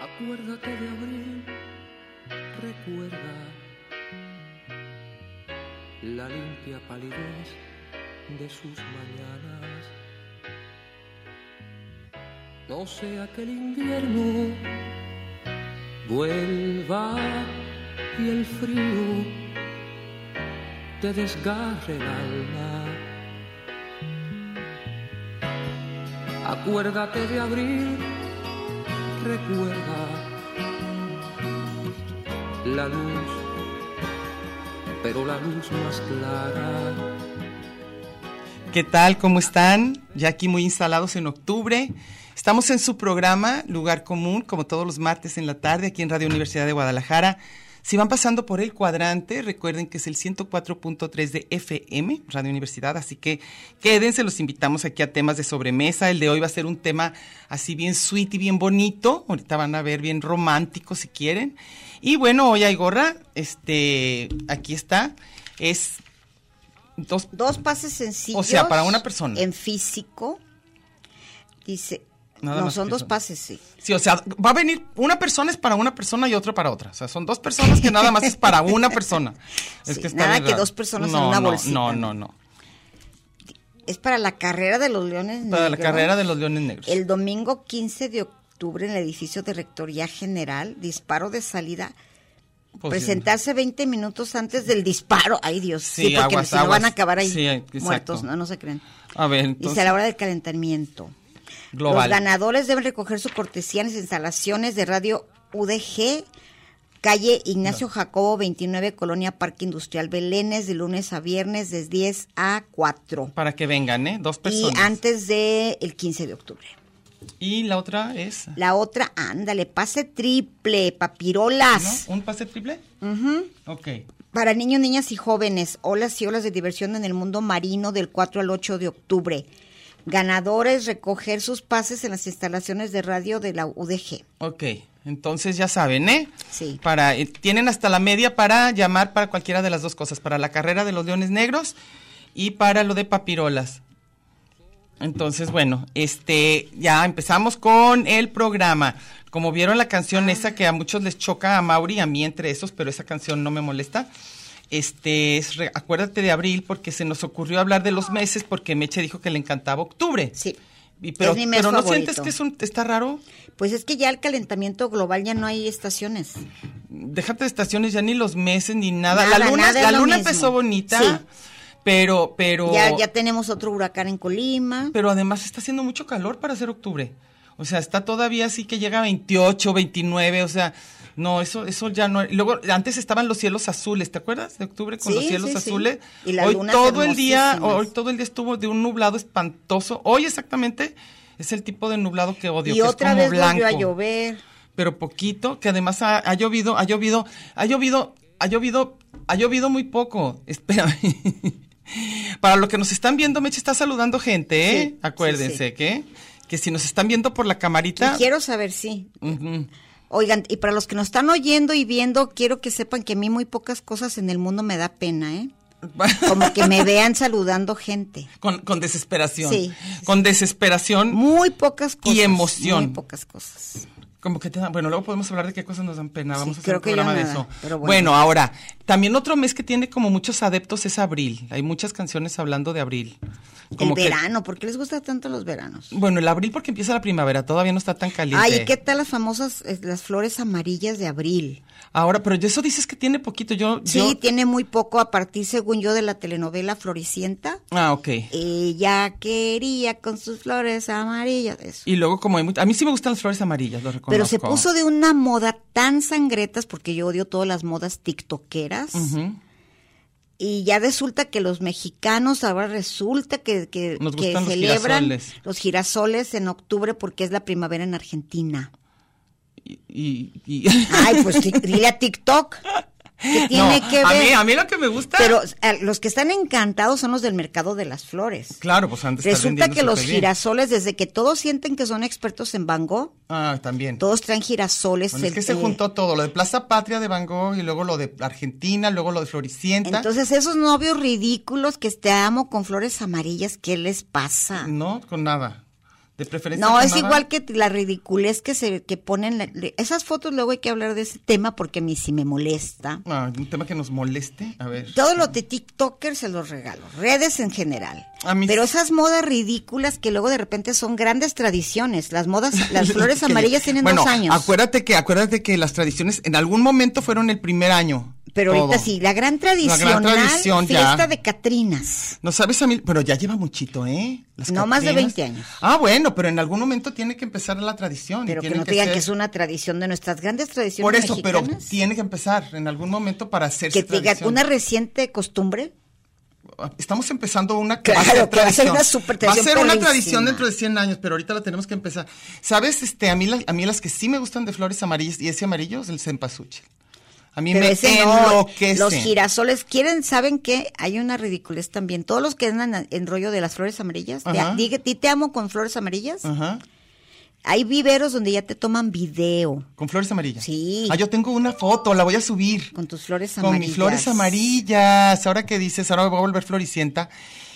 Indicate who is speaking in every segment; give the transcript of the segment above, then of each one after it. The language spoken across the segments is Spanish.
Speaker 1: Acuérdate de abril, recuerda la limpia palidez de sus mañanas. No sea que el invierno vuelva y el frío te desgarre el alma. Acuérdate de abril, recuerda la luz, pero la luz más clara.
Speaker 2: ¿Qué tal? ¿Cómo están? Ya aquí muy instalados en octubre. Estamos en su programa Lugar Común, como todos los martes en la tarde, aquí en Radio Universidad de Guadalajara. Si van pasando por el cuadrante, recuerden que es el 104.3 de FM, Radio Universidad, así que quédense, los invitamos aquí a temas de sobremesa. El de hoy va a ser un tema así bien sweet y bien bonito. Ahorita van a ver bien romántico si quieren. Y bueno, hoy hay gorra, este, aquí está. Es dos
Speaker 3: Dos pases sencillos.
Speaker 2: O sea, para una persona.
Speaker 3: En físico. Dice.
Speaker 2: Nada
Speaker 3: no,
Speaker 2: más
Speaker 3: son
Speaker 2: que
Speaker 3: dos
Speaker 2: eso.
Speaker 3: pases, sí.
Speaker 2: Sí, o sea, va a venir, una persona es para una persona y otra para otra. O sea, son dos personas que nada más es para una persona. Es
Speaker 3: Sí,
Speaker 2: que está
Speaker 3: nada
Speaker 2: bien
Speaker 3: que
Speaker 2: raro.
Speaker 3: dos personas en
Speaker 2: no,
Speaker 3: una
Speaker 2: no,
Speaker 3: bolsita.
Speaker 2: No, no, no.
Speaker 3: Es para la carrera de los Leones
Speaker 2: Para la
Speaker 3: Negros.
Speaker 2: carrera de los leones negros.
Speaker 3: El domingo 15 de octubre en el edificio de Rectoría General, disparo de salida.
Speaker 2: Pues,
Speaker 3: presentarse 20 minutos antes del disparo. Ay, Dios. Sí,
Speaker 2: Sí,
Speaker 3: porque
Speaker 2: aguas,
Speaker 3: si no van a
Speaker 2: aguas.
Speaker 3: acabar ahí
Speaker 2: Sí, exacto.
Speaker 3: muertos, no, no se creen.
Speaker 2: A ver,
Speaker 3: Dice a
Speaker 2: entonces,
Speaker 3: la hora del calentamiento. Los
Speaker 2: global.
Speaker 3: ganadores deben recoger su cortesía en las instalaciones de Radio UDG, calle Ignacio Jacobo 29, Colonia Parque Industrial Belénes, de lunes a viernes, de 10 a 4.
Speaker 2: Para que vengan, ¿eh? Dos
Speaker 3: Y
Speaker 2: personas. Y,
Speaker 3: antes del 15 de octubre.
Speaker 2: la otra es, ¿no?
Speaker 3: La otra, ándale, pase triple, papirolas.
Speaker 2: ¿Un pase triple?
Speaker 3: Ujú.
Speaker 2: Ok.
Speaker 3: Para niños, niñas y jóvenes, olas y olas de diversión en el mundo marino del 4 al 8 de octubre. Ganadores, recoger sus pases en las instalaciones de radio de la UDG.
Speaker 2: Ok. Entonces ya saben, ¿eh?
Speaker 3: Sí.
Speaker 2: Para, eh, tienen hasta la media para llamar para cualquiera de las dos cosas, para la carrera de los leones negros y para lo de papirolas. Entonces, bueno, este, ya empezamos con el programa. Como vieron la canción esa que a muchos les choca, a Mauri, a mí entre esos, pero esa canción no me molesta. Este, es, re- acuérdate de abril porque se nos ocurrió hablar de los meses porque Meche dijo que le encantaba octubre.
Speaker 3: Sí.
Speaker 2: Y pero
Speaker 3: Es mi mes
Speaker 2: pero no
Speaker 3: favorito.
Speaker 2: sientes que es un, está raro.
Speaker 3: Pues es que ya el calentamiento global ya no hay estaciones.
Speaker 2: Déjate de estaciones, ya ni los meses ni nada.
Speaker 3: Nada,
Speaker 2: la luna,
Speaker 3: nada es
Speaker 2: la
Speaker 3: lo
Speaker 2: luna
Speaker 3: mismo.
Speaker 2: empezó bonita,
Speaker 3: Sí.
Speaker 2: pero, pero,
Speaker 3: Ya, ya tenemos otro huracán en Colima.
Speaker 2: pero además está haciendo mucho calor para ser octubre. O sea, está todavía así que llega a 28, 29, o sea, no, eso, eso ya no. Luego, antes estaban los cielos azules, ¿te acuerdas? De octubre con
Speaker 3: Sí,
Speaker 2: los cielos
Speaker 3: sí, sí.
Speaker 2: azules.
Speaker 3: Y las
Speaker 2: hoy
Speaker 3: lunas
Speaker 2: todo el día,
Speaker 3: hermosísimas.
Speaker 2: hoy todo el día estuvo de un nublado espantoso. Hoy exactamente es el tipo de nublado que odio.
Speaker 3: y
Speaker 2: que es
Speaker 3: otra
Speaker 2: como
Speaker 3: vez volvió a
Speaker 2: blanco
Speaker 3: llover.
Speaker 2: pero poquito, que además ha, ha llovido, ha llovido, ha llovido, ha llovido, ha llovido muy poco. Espérame. Para lo que nos están viendo, Meche está saludando gente, ¿eh?
Speaker 3: Sí,
Speaker 2: Acuérdense
Speaker 3: sí, sí.
Speaker 2: que que si nos están viendo por la camarita,
Speaker 3: Y quiero saber, sí.
Speaker 2: ujú,
Speaker 3: Oigan, y para los que nos están oyendo y viendo, quiero que sepan que a mí muy pocas cosas en el mundo me da pena, ¿eh? Como que me vean saludando gente.
Speaker 2: con, con desesperación,
Speaker 3: Sí.
Speaker 2: con desesperación,
Speaker 3: Muy pocas cosas.
Speaker 2: emoción.
Speaker 3: Muy pocas cosas.
Speaker 2: Como que te dan, bueno, luego podemos hablar de qué cosas nos dan pena,
Speaker 3: Sí,
Speaker 2: vamos a hacer
Speaker 3: creo
Speaker 2: un
Speaker 3: que ya
Speaker 2: programa de
Speaker 3: me da,
Speaker 2: eso.
Speaker 3: pero bueno.
Speaker 2: bueno. ahora, también otro mes que tiene como muchos adeptos es abril. Hay muchas canciones hablando de abril.
Speaker 3: El
Speaker 2: Como que-
Speaker 3: verano, ¿por qué les gusta tanto los veranos?
Speaker 2: Bueno, el abril porque empieza la primavera, todavía no está tan caliente.
Speaker 3: Ay, ¿y qué tal las famosas, eh, las flores amarillas de abril?
Speaker 2: Ahora, pero yo- eso dices que tiene poquito, yo...
Speaker 3: Sí,
Speaker 2: yo-
Speaker 3: tiene muy poco a partir, según yo, de la telenovela Floricienta.
Speaker 2: Ah, ok.
Speaker 3: Ella quería con sus flores amarillas. Eso.
Speaker 2: Y luego como hay mu- A mí sí me gustan las flores amarillas, lo reconozco.
Speaker 3: Pero se puso de una moda tan sangretas, porque yo odio todas las modas tiktokeras.
Speaker 2: Ujú.
Speaker 3: Y ya resulta que los mexicanos, ahora resulta que, que,
Speaker 2: Nos
Speaker 3: que
Speaker 2: gustan los
Speaker 3: celebran
Speaker 2: girasoles.
Speaker 3: los girasoles en octubre porque es la primavera en Argentina.
Speaker 2: Y... y- y-
Speaker 3: Ay, pues di- dile a TikTok. ¿Qué tiene
Speaker 2: No,
Speaker 3: que ver?
Speaker 2: A mí, a mí lo que me gusta...
Speaker 3: Pero eh, los que están encantados son los del mercado de las flores.
Speaker 2: Claro, pues antes
Speaker 3: Resulta que los girasoles, desde que todos sienten que son expertos en Van Gogh,
Speaker 2: Ah, también.
Speaker 3: todos traen girasoles.
Speaker 2: Bueno, es que se
Speaker 3: eh,
Speaker 2: juntó todo, lo de Plaza Patria de Van Gogh y luego lo de Argentina, luego lo de Floricienta.
Speaker 3: Entonces, esos novios ridículos que te amo con flores amarillas, ¿qué les pasa?
Speaker 2: No, con nada. De preferencia.
Speaker 3: No, es
Speaker 2: tomaba-
Speaker 3: igual que la ridiculez que se que ponen la- le- esas fotos. Luego hay que hablar de ese tema porque a mí sí me molesta.
Speaker 2: Ah, un tema que nos moleste. A ver.
Speaker 3: Todo lo de TikToker se los regalo, redes en general.
Speaker 2: A mí
Speaker 3: Pero
Speaker 2: sí.
Speaker 3: esas modas ridículas que luego de repente son grandes tradiciones. Las modas, las flores
Speaker 2: Que-
Speaker 3: amarillas tienen
Speaker 2: bueno,
Speaker 3: dos años.
Speaker 2: Acuérdate que, acuérdate que las tradiciones en algún momento fueron el primer año.
Speaker 3: Pero ahorita
Speaker 2: Todo.
Speaker 3: sí, la gran tradicional
Speaker 2: tradición ya.
Speaker 3: fiesta de Catrinas.
Speaker 2: No sabes a mí, pero ya lleva muchito, ¿eh? Las
Speaker 3: No, más de
Speaker 2: Catrinas.
Speaker 3: 20 años.
Speaker 2: Ah, bueno, pero en algún momento tiene que empezar la tradición. y
Speaker 3: Pero que
Speaker 2: tiene
Speaker 3: no te digan
Speaker 2: ser-
Speaker 3: que es una tradición de nuestras grandes tradiciones
Speaker 2: Por eso, pero
Speaker 3: mexicanas.
Speaker 2: tiene que empezar en algún momento para hacerse
Speaker 3: que te digan
Speaker 2: tradición.
Speaker 3: una reciente costumbre.
Speaker 2: Estamos empezando una
Speaker 3: Claro,
Speaker 2: va a ser
Speaker 3: que va a ser
Speaker 2: tradición.
Speaker 3: una super
Speaker 2: Va a
Speaker 3: tradición
Speaker 2: ser una
Speaker 3: perrísima.
Speaker 2: tradición dentro de 100 años, pero ahorita la tenemos que empezar. ¿Sabes? Este, a mí, la- a mí las que sí me gustan de flores amarillas y ese amarillo es el cempasúchil. A mí
Speaker 3: Pero
Speaker 2: me
Speaker 3: ese no,
Speaker 2: enloquece.
Speaker 3: los girasoles quieren, ¿saben qué? Hay una ridiculez también. Todos los que andan en- en rollo de las flores amarillas, de,
Speaker 2: Ajá. Ah.
Speaker 3: di- di- te amo con flores amarillas.
Speaker 2: Ajá.
Speaker 3: Hay viveros donde ya te toman video
Speaker 2: Con flores amarillas.
Speaker 3: Sí.
Speaker 2: Ah, yo tengo una foto, la voy a subir.
Speaker 3: con tus flores
Speaker 2: Con
Speaker 3: amarillas.
Speaker 2: mis flores amarillas. Ahora que dices, ahora me voy a volver floricienta.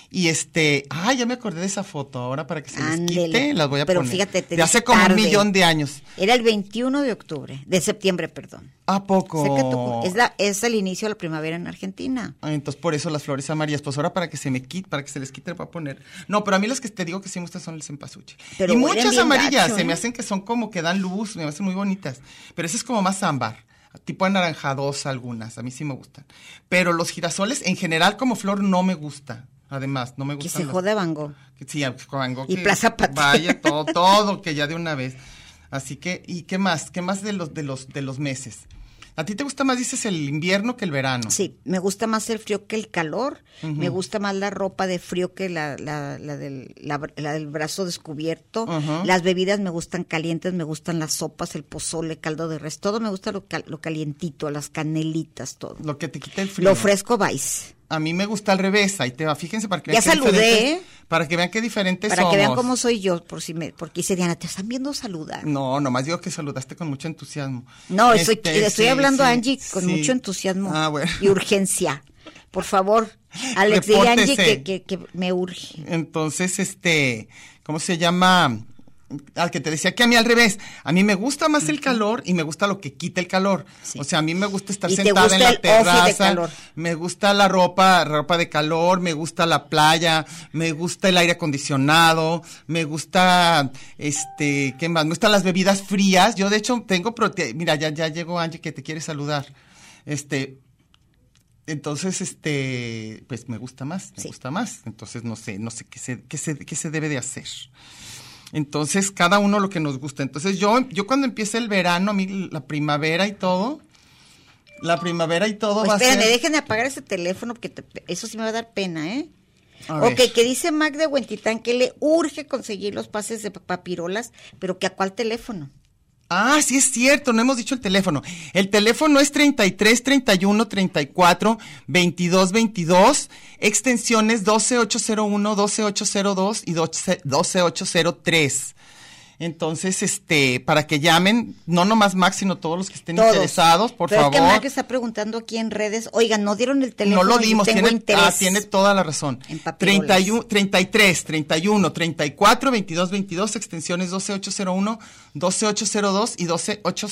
Speaker 2: Y este, ah, ya me acordé de esa foto. Ahora para que se les
Speaker 3: Ándele.
Speaker 2: quite, las voy a
Speaker 3: Pero
Speaker 2: poner.
Speaker 3: fíjate, te
Speaker 2: de
Speaker 3: dije
Speaker 2: hace como
Speaker 3: tarde.
Speaker 2: un millón de años.
Speaker 3: Era el 21 de octubre, de septiembre, perdón.
Speaker 2: ¿A poco?
Speaker 3: Cerca de
Speaker 2: Oh.
Speaker 3: Tucu- es, la- es el inicio de la primavera en Argentina.
Speaker 2: Ah, Entonces por eso las flores amarillas, pues ahora para que se me quite, para que se les quite voy a poner. No, pero a mí las que te digo que sí me gustan son el cempasúchil.
Speaker 3: Pero
Speaker 2: y
Speaker 3: huelen
Speaker 2: muchas
Speaker 3: bien
Speaker 2: amarillas
Speaker 3: gacho,
Speaker 2: se me
Speaker 3: ¿eh?
Speaker 2: hacen que son como que dan luz, me hacen muy bonitas. Pero esa es como más ámbar, tipo anaranjados algunas, a mí sí me gustan. Pero los girasoles en general como flor no me gusta. Además, no me
Speaker 3: Que
Speaker 2: gustan
Speaker 3: se
Speaker 2: las-
Speaker 3: jode Van Gogh.
Speaker 2: que Sí, a- con Van Gogh,
Speaker 3: Y
Speaker 2: que
Speaker 3: Plaza Patria.
Speaker 2: Vaya todo, todo que ya de una vez. Así que ¿y qué más? ¿Qué más de los de los de los meses? ¿A ti te gusta más dices el invierno que el verano?
Speaker 3: Sí, me gusta más el frío que el calor. Me gusta más la ropa de frío que la, la- la del, la- la del brazo descubierto.
Speaker 2: Ujú.
Speaker 3: Las bebidas me gustan calientes, me gustan las sopas, el pozole, caldo de res. Todo me gusta lo, cal- lo calientito, las canelitas, todo.
Speaker 2: Lo que te quita el frío.
Speaker 3: Lo fresco vais.
Speaker 2: A mí me gusta al revés, ahí te va. Fíjense para que
Speaker 3: Ya
Speaker 2: vean qué
Speaker 3: saludé,
Speaker 2: diferentes-
Speaker 3: ¿eh?
Speaker 2: Para que vean qué diferentes
Speaker 3: Para que vean
Speaker 2: somos. Mm.
Speaker 3: cómo soy yo, por si me, porque dice Diana, te están viendo saludar.
Speaker 2: No, nomás digo que saludaste con mucho entusiasmo.
Speaker 3: No, estoy,
Speaker 2: Este,
Speaker 3: le estoy
Speaker 2: sí,
Speaker 3: hablando a
Speaker 2: sí,
Speaker 3: Angie con
Speaker 2: sí.
Speaker 3: mucho entusiasmo
Speaker 2: Ah, bueno.
Speaker 3: y urgencia. Por favor, Alex, dile a Angie que,
Speaker 2: Repórtese.
Speaker 3: que- que me urge.
Speaker 2: Entonces, este, ¿cómo se llama? Al que te decía que a mí al revés. A mí me gusta más el calor y me gusta lo que quita el calor.
Speaker 3: Sí.
Speaker 2: O sea, a mí me gusta estar
Speaker 3: Y te
Speaker 2: sentada
Speaker 3: gusta
Speaker 2: en la
Speaker 3: el off de calor.
Speaker 2: terraza. Me gusta la ropa, ropa de calor, me gusta la playa, me gusta el aire acondicionado, me gusta este, ¿qué más? Me gustan las bebidas frías. Yo de hecho tengo prote- mira, ya ya llegó Angie que te quiere saludar. Este, entonces, este, pues me gusta más, me
Speaker 3: Sí.
Speaker 2: gusta más. Entonces, no sé, no sé qué se, qué se, qué se debe de hacer. Entonces, cada uno lo que nos gusta. Entonces, yo, yo cuando empiece el verano, a mí la primavera y todo, la primavera y todo
Speaker 3: Pues
Speaker 2: va
Speaker 3: espérame,
Speaker 2: a ser...
Speaker 3: dejen de apagar ese teléfono porque te- eso sí me va a dar pena, ¿eh?
Speaker 2: A
Speaker 3: ok,
Speaker 2: ver.
Speaker 3: que dice Mac de Huentitán que le urge conseguir los pases de papirolas, pero que a cuál teléfono.
Speaker 2: Ah, sí es cierto, no hemos dicho el teléfono. El teléfono es 33 31 34 22 22, extensiones 12801, 12802 y 12 12803. Entonces, este, para que llamen, no nomás Max, sino todos los que estén
Speaker 3: Todos.
Speaker 2: interesados, por
Speaker 3: Pero Es que
Speaker 2: favor.
Speaker 3: Mac está preguntando aquí en redes, oigan, no dieron el
Speaker 2: No
Speaker 3: teléfono.
Speaker 2: lo
Speaker 3: y
Speaker 2: dimos,
Speaker 3: tengo
Speaker 2: tiene,
Speaker 3: interés.
Speaker 2: ah, tiene toda la razón.
Speaker 3: En papirolas.
Speaker 2: 31, 33, 31, 34, 22, 22, extensiones 12801, 12802 y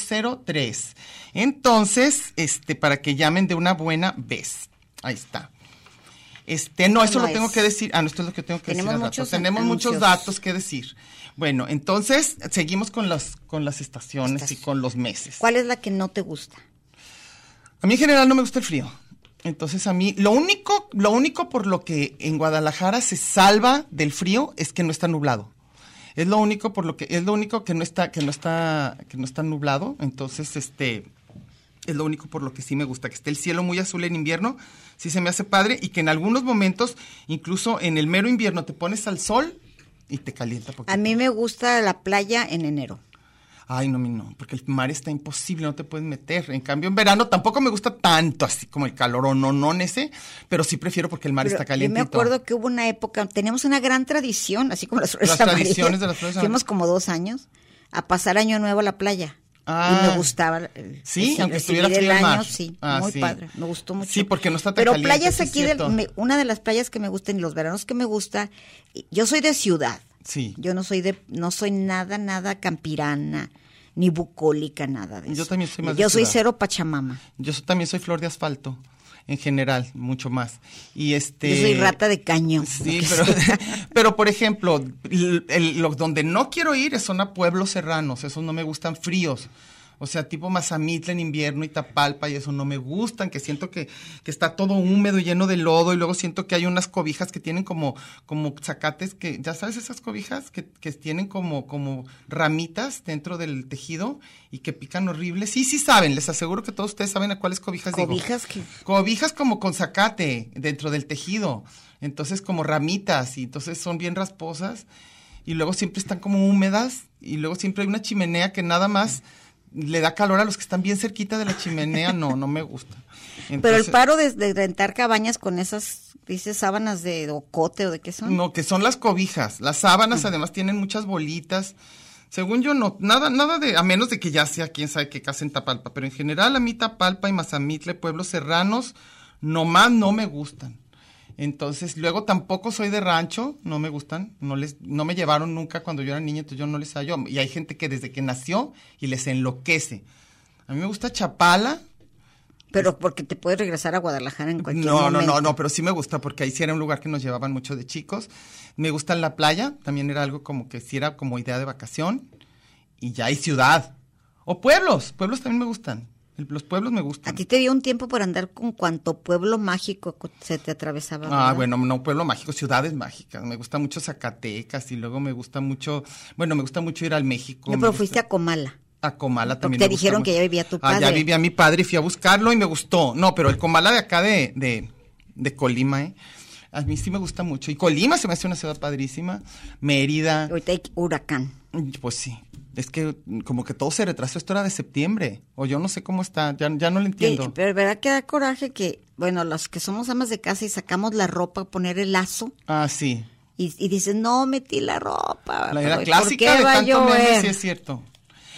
Speaker 2: 12803. Entonces, este, para que llamen de una buena vez. Ahí está. Este, no, eso
Speaker 3: No
Speaker 2: lo tengo
Speaker 3: es.
Speaker 2: que decir. Ah, no, esto es lo que tengo que
Speaker 3: Tenemos
Speaker 2: decir. al rato.
Speaker 3: muchos
Speaker 2: Tenemos muchos
Speaker 3: anuncios.
Speaker 2: datos que decir. Bueno, entonces, seguimos con las, con las estaciones y
Speaker 3: Estación.
Speaker 2: con los meses.
Speaker 3: ¿Cuál es la que no te gusta?
Speaker 2: A mí en general no me gusta el frío. Entonces a mí lo único, lo único por lo que en Guadalajara se salva del frío es que no está nublado. Es lo único por lo que es lo único que no está que no está que no está nublado, entonces este es lo único por lo que sí me gusta que esté el cielo muy azul en invierno, sí se me hace padre y que en algunos momentos incluso en el mero invierno te pones al sol y te calienta porque
Speaker 3: A mí me gusta la playa en enero.
Speaker 2: Ay, no, mi no, porque el mar está imposible, no te puedes meter. En cambio, en verano tampoco me gusta tanto así como el calor o no, no ese, pero sí prefiero porque el mar
Speaker 3: Pero
Speaker 2: está caliente.
Speaker 3: Yo me
Speaker 2: y todo.
Speaker 3: acuerdo que hubo una época, teníamos una gran tradición, así como las flores
Speaker 2: Las
Speaker 3: amarillas.
Speaker 2: tradiciones de las flores
Speaker 3: Fuimos
Speaker 2: amarillas.
Speaker 3: como dos años a pasar año nuevo a la playa.
Speaker 2: Ah.
Speaker 3: y me gustaba. eh,
Speaker 2: Sí,
Speaker 3: reci-
Speaker 2: aunque estuviera
Speaker 3: recibir
Speaker 2: frío el mar.
Speaker 3: Sí,
Speaker 2: Ah,
Speaker 3: muy
Speaker 2: sí.
Speaker 3: padre. Me gustó mucho.
Speaker 2: Sí, porque no está tan
Speaker 3: Pero
Speaker 2: caliente,
Speaker 3: playas
Speaker 2: sí es
Speaker 3: aquí, del-
Speaker 2: cierto.
Speaker 3: me- una de las playas que me gustan y los veranos que me gusta, y- yo soy de ciudad.
Speaker 2: Sí.
Speaker 3: Yo no soy de, no soy nada, nada campirana, ni bucólica, nada de
Speaker 2: Yo
Speaker 3: eso.
Speaker 2: también soy más de
Speaker 3: Yo soy
Speaker 2: ciudad.
Speaker 3: cero pachamama.
Speaker 2: Yo so- también soy flor de asfalto, en general, mucho más. Y este.
Speaker 3: Yo soy rata de caño.
Speaker 2: Sí,
Speaker 3: Lo que
Speaker 2: pero,
Speaker 3: sea.
Speaker 2: pero, por ejemplo, el- el- lo- donde no quiero ir son a pueblos serranos, esos no me gustan fríos. O sea, tipo Mazamitla en invierno y Tapalpa y eso no me gustan, que siento que, que está todo húmedo y lleno de lodo y luego siento que hay unas cobijas que tienen como, como zacates que, ya sabes, esas cobijas que, que tienen como, como ramitas dentro del tejido y que pican horrible. Sí, sí saben, les aseguro que todos ustedes saben a cuáles cobijas, digo.
Speaker 3: Cobijas que
Speaker 2: Cobijas como con zacate dentro del tejido. Entonces como ramitas y entonces son bien rasposas y luego siempre están como húmedas y luego siempre hay una chimenea que nada más le da calor a los que están bien cerquita de la chimenea. No, no me gusta.
Speaker 3: Pero el
Speaker 2: Entonces,
Speaker 3: paro de, de rentar cabañas con esas, dices, sábanas de ocote o de qué son.
Speaker 2: No, que son las cobijas. Las sábanas además tienen muchas bolitas. Según yo, no, nada, nada de, a menos de que ya sea quién sabe qué casa en Tapalpa, pero en general a mí Tapalpa y Mazamitle, pueblos serranos, nomás no me gustan. Entonces, luego tampoco soy de rancho, no me gustan, no les, no me llevaron nunca cuando yo era niña, entonces yo no les hallo. Y hay gente que desde que nació y les enloquece. A mí me gusta Chapala,
Speaker 3: Pero porque te puedes regresar a Guadalajara en cualquier
Speaker 2: no,
Speaker 3: momento.
Speaker 2: No, no, no, pero sí me gusta porque ahí sí era un lugar que nos llevaban mucho de chicos. Me gusta la playa, también era algo como que sí era como idea de vacación. Y ya hay ciudad. O pueblos, pueblos también me gustan. El- Los pueblos me
Speaker 3: A
Speaker 2: gustan.
Speaker 3: ti te dio un tiempo por andar con cuanto pueblo mágico co- se te atravesaba.
Speaker 2: Ah,
Speaker 3: ¿verdad?
Speaker 2: bueno, no, pueblo mágico, ciudades mágicas. Me gusta mucho Zacatecas y luego me gusta mucho, bueno, me gusta mucho ir al México.
Speaker 3: No,
Speaker 2: me
Speaker 3: pero
Speaker 2: gusta-
Speaker 3: fuiste a Comala.
Speaker 2: A Comala
Speaker 3: Porque
Speaker 2: también.
Speaker 3: te
Speaker 2: me gusta
Speaker 3: dijeron que
Speaker 2: mucho.
Speaker 3: ya vivía tu
Speaker 2: Ah, ya
Speaker 3: padre.
Speaker 2: vivía mi padre y fui a buscarlo y me gustó. No, pero el Comala de acá de, de, de Colima, ¿eh? A mí sí me gusta mucho. Y Colima se me hace una ciudad padrísima. Mérida.
Speaker 3: Ahorita hay huracán.
Speaker 2: Pues sí. Es que mm, como que todo se retrasó. Esto era de septiembre. O yo no sé cómo está. Ya, ya no lo
Speaker 3: Que-
Speaker 2: entiendo.
Speaker 3: pero verdad que da coraje que, bueno, los que somos amas de casa y sacamos la ropa, a poner el lazo,
Speaker 2: Ah, sí.
Speaker 3: y, y dices, no, metí la ropa.
Speaker 2: La era
Speaker 3: pero, ¿y
Speaker 2: clásica
Speaker 3: ¿Por qué
Speaker 2: de
Speaker 3: va eh?" a
Speaker 2: tanto meme,
Speaker 3: llover?
Speaker 2: sí es cierto.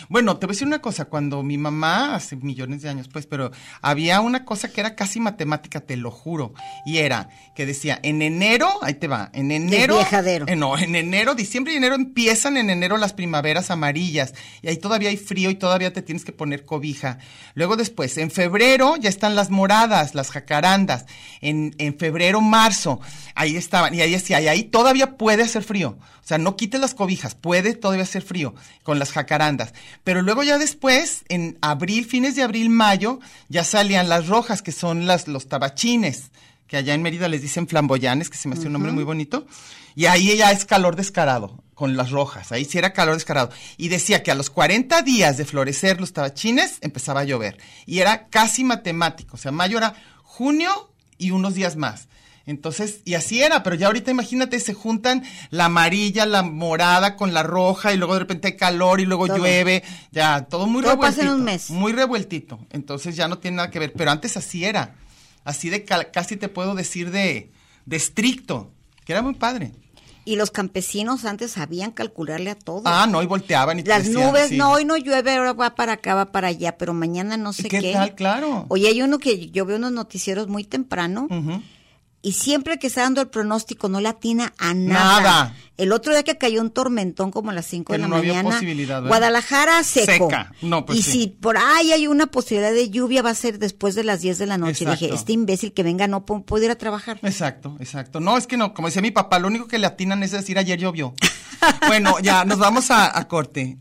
Speaker 2: Bueno, te voy a decir una cosa, cuando mi mamá, hace millones de años, pues, pero había una cosa que era casi matemática, te lo juro, y era que decía, en enero, ahí te va, en enero...
Speaker 3: viejadero.
Speaker 2: eh, no, en enero, diciembre y enero empiezan en enero las primaveras amarillas, y ahí todavía hay frío y todavía te tienes que poner cobija. Luego después, en febrero ya están las moradas, las jacarandas, en, en febrero, marzo, ahí estaban, y ahí decía, y ahí todavía puede hacer frío. O sea, no quites las cobijas, puede todavía hacer frío con las jacarandas. Pero luego ya después, en abril, fines de abril, mayo, ya salían las rojas, que son las, los tabachines, que allá en Mérida les dicen flamboyanes, que se me hace un nombre muy bonito. Y ahí ya es calor descarado, con las rojas, ahí sí era calor descarado. Y decía que a los 40 días de florecer los tabachines empezaba a llover. Y era casi matemático, o sea, mayo era junio y unos días más. Entonces, y así era, pero ya ahorita imagínate, se juntan la amarilla, la morada con la roja y luego de repente hay calor y luego
Speaker 3: Todo.
Speaker 2: llueve, ya, todo muy
Speaker 3: Todo pasa
Speaker 2: revueltito.
Speaker 3: en un mes.
Speaker 2: Muy revueltito, entonces ya no tiene nada que ver, pero antes así era, así de cal- casi te puedo decir de, de estricto, que era muy padre.
Speaker 3: Y los campesinos antes sabían calcularle a todo.
Speaker 2: Ah, no, y volteaban y te
Speaker 3: Las
Speaker 2: decían,
Speaker 3: nubes,
Speaker 2: sí.
Speaker 3: no, hoy no llueve, ahora va para acá, va para allá, pero mañana no sé qué.
Speaker 2: ¿Qué tal? Claro.
Speaker 3: Oye, hay uno que yo veo unos noticieros muy temprano
Speaker 2: Ujú.
Speaker 3: y siempre que está dando el pronóstico no le atina a nada.
Speaker 2: Nada.
Speaker 3: El otro día que cayó un tormentón como a las 5 de
Speaker 2: Que
Speaker 3: la
Speaker 2: no había
Speaker 3: mañana,
Speaker 2: posibilidad, ¿verdad?
Speaker 3: Guadalajara seco.
Speaker 2: Seca. No, pues
Speaker 3: y
Speaker 2: sí.
Speaker 3: si por ahí hay una posibilidad de lluvia va a ser después de las 10 de la noche.
Speaker 2: Exacto.
Speaker 3: Dije, este imbécil que venga no pu- puede ir a trabajar.
Speaker 2: Exacto, exacto. No, es que no, como decía mi papá, lo único que le atinan es decir ayer llovió. bueno, ya, nos vamos a, a corte.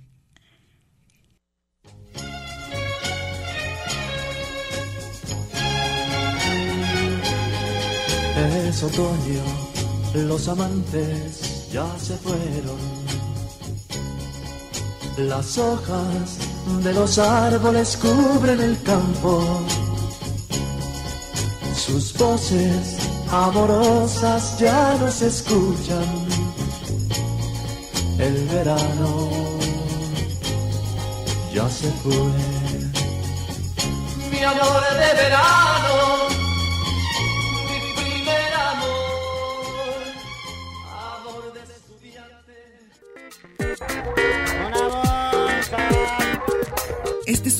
Speaker 4: Es otoño, los amantes ya se fueron. Las hojas de los árboles cubren el campo. Sus voces amorosas ya no se escuchan. El verano ya se fue. Mi amor de verano mi primer amor, amor de estudiante.
Speaker 2: Este es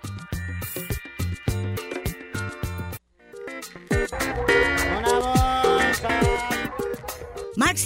Speaker 3: Marx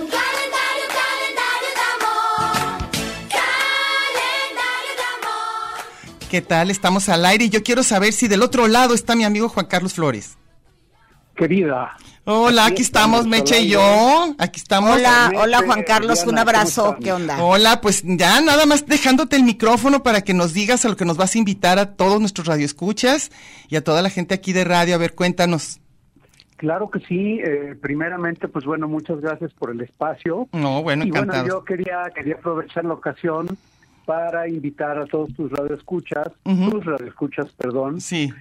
Speaker 5: Un calendario, calendario de amor. Calendario de amor.
Speaker 2: ¿Qué tal? Estamos al aire y yo quiero saber si del otro lado está mi amigo Juan Carlos Flores.
Speaker 6: Querida.
Speaker 2: Hola, aquí estamos Meche y yo. Aquí estamos.
Speaker 6: Hola, hola, Juan Carlos, un abrazo. Oh, ¿Qué onda?
Speaker 3: Oh,
Speaker 2: Hola, pues ya nada más dejándote el micrófono para que nos digas a lo que nos vas a invitar a todos nuestros radioescuchas y a toda la gente aquí de radio. A ver, cuéntanos.
Speaker 6: Claro que sí. eh, primeramente, pues bueno, muchas gracias por el espacio.
Speaker 2: No, bueno,
Speaker 6: y bueno,
Speaker 2: encantado.
Speaker 6: yo quería, quería aprovechar la ocasión para invitar a todos tus radioescuchas,
Speaker 2: Ujú.
Speaker 6: tus radioescuchas, perdón.
Speaker 2: Sí,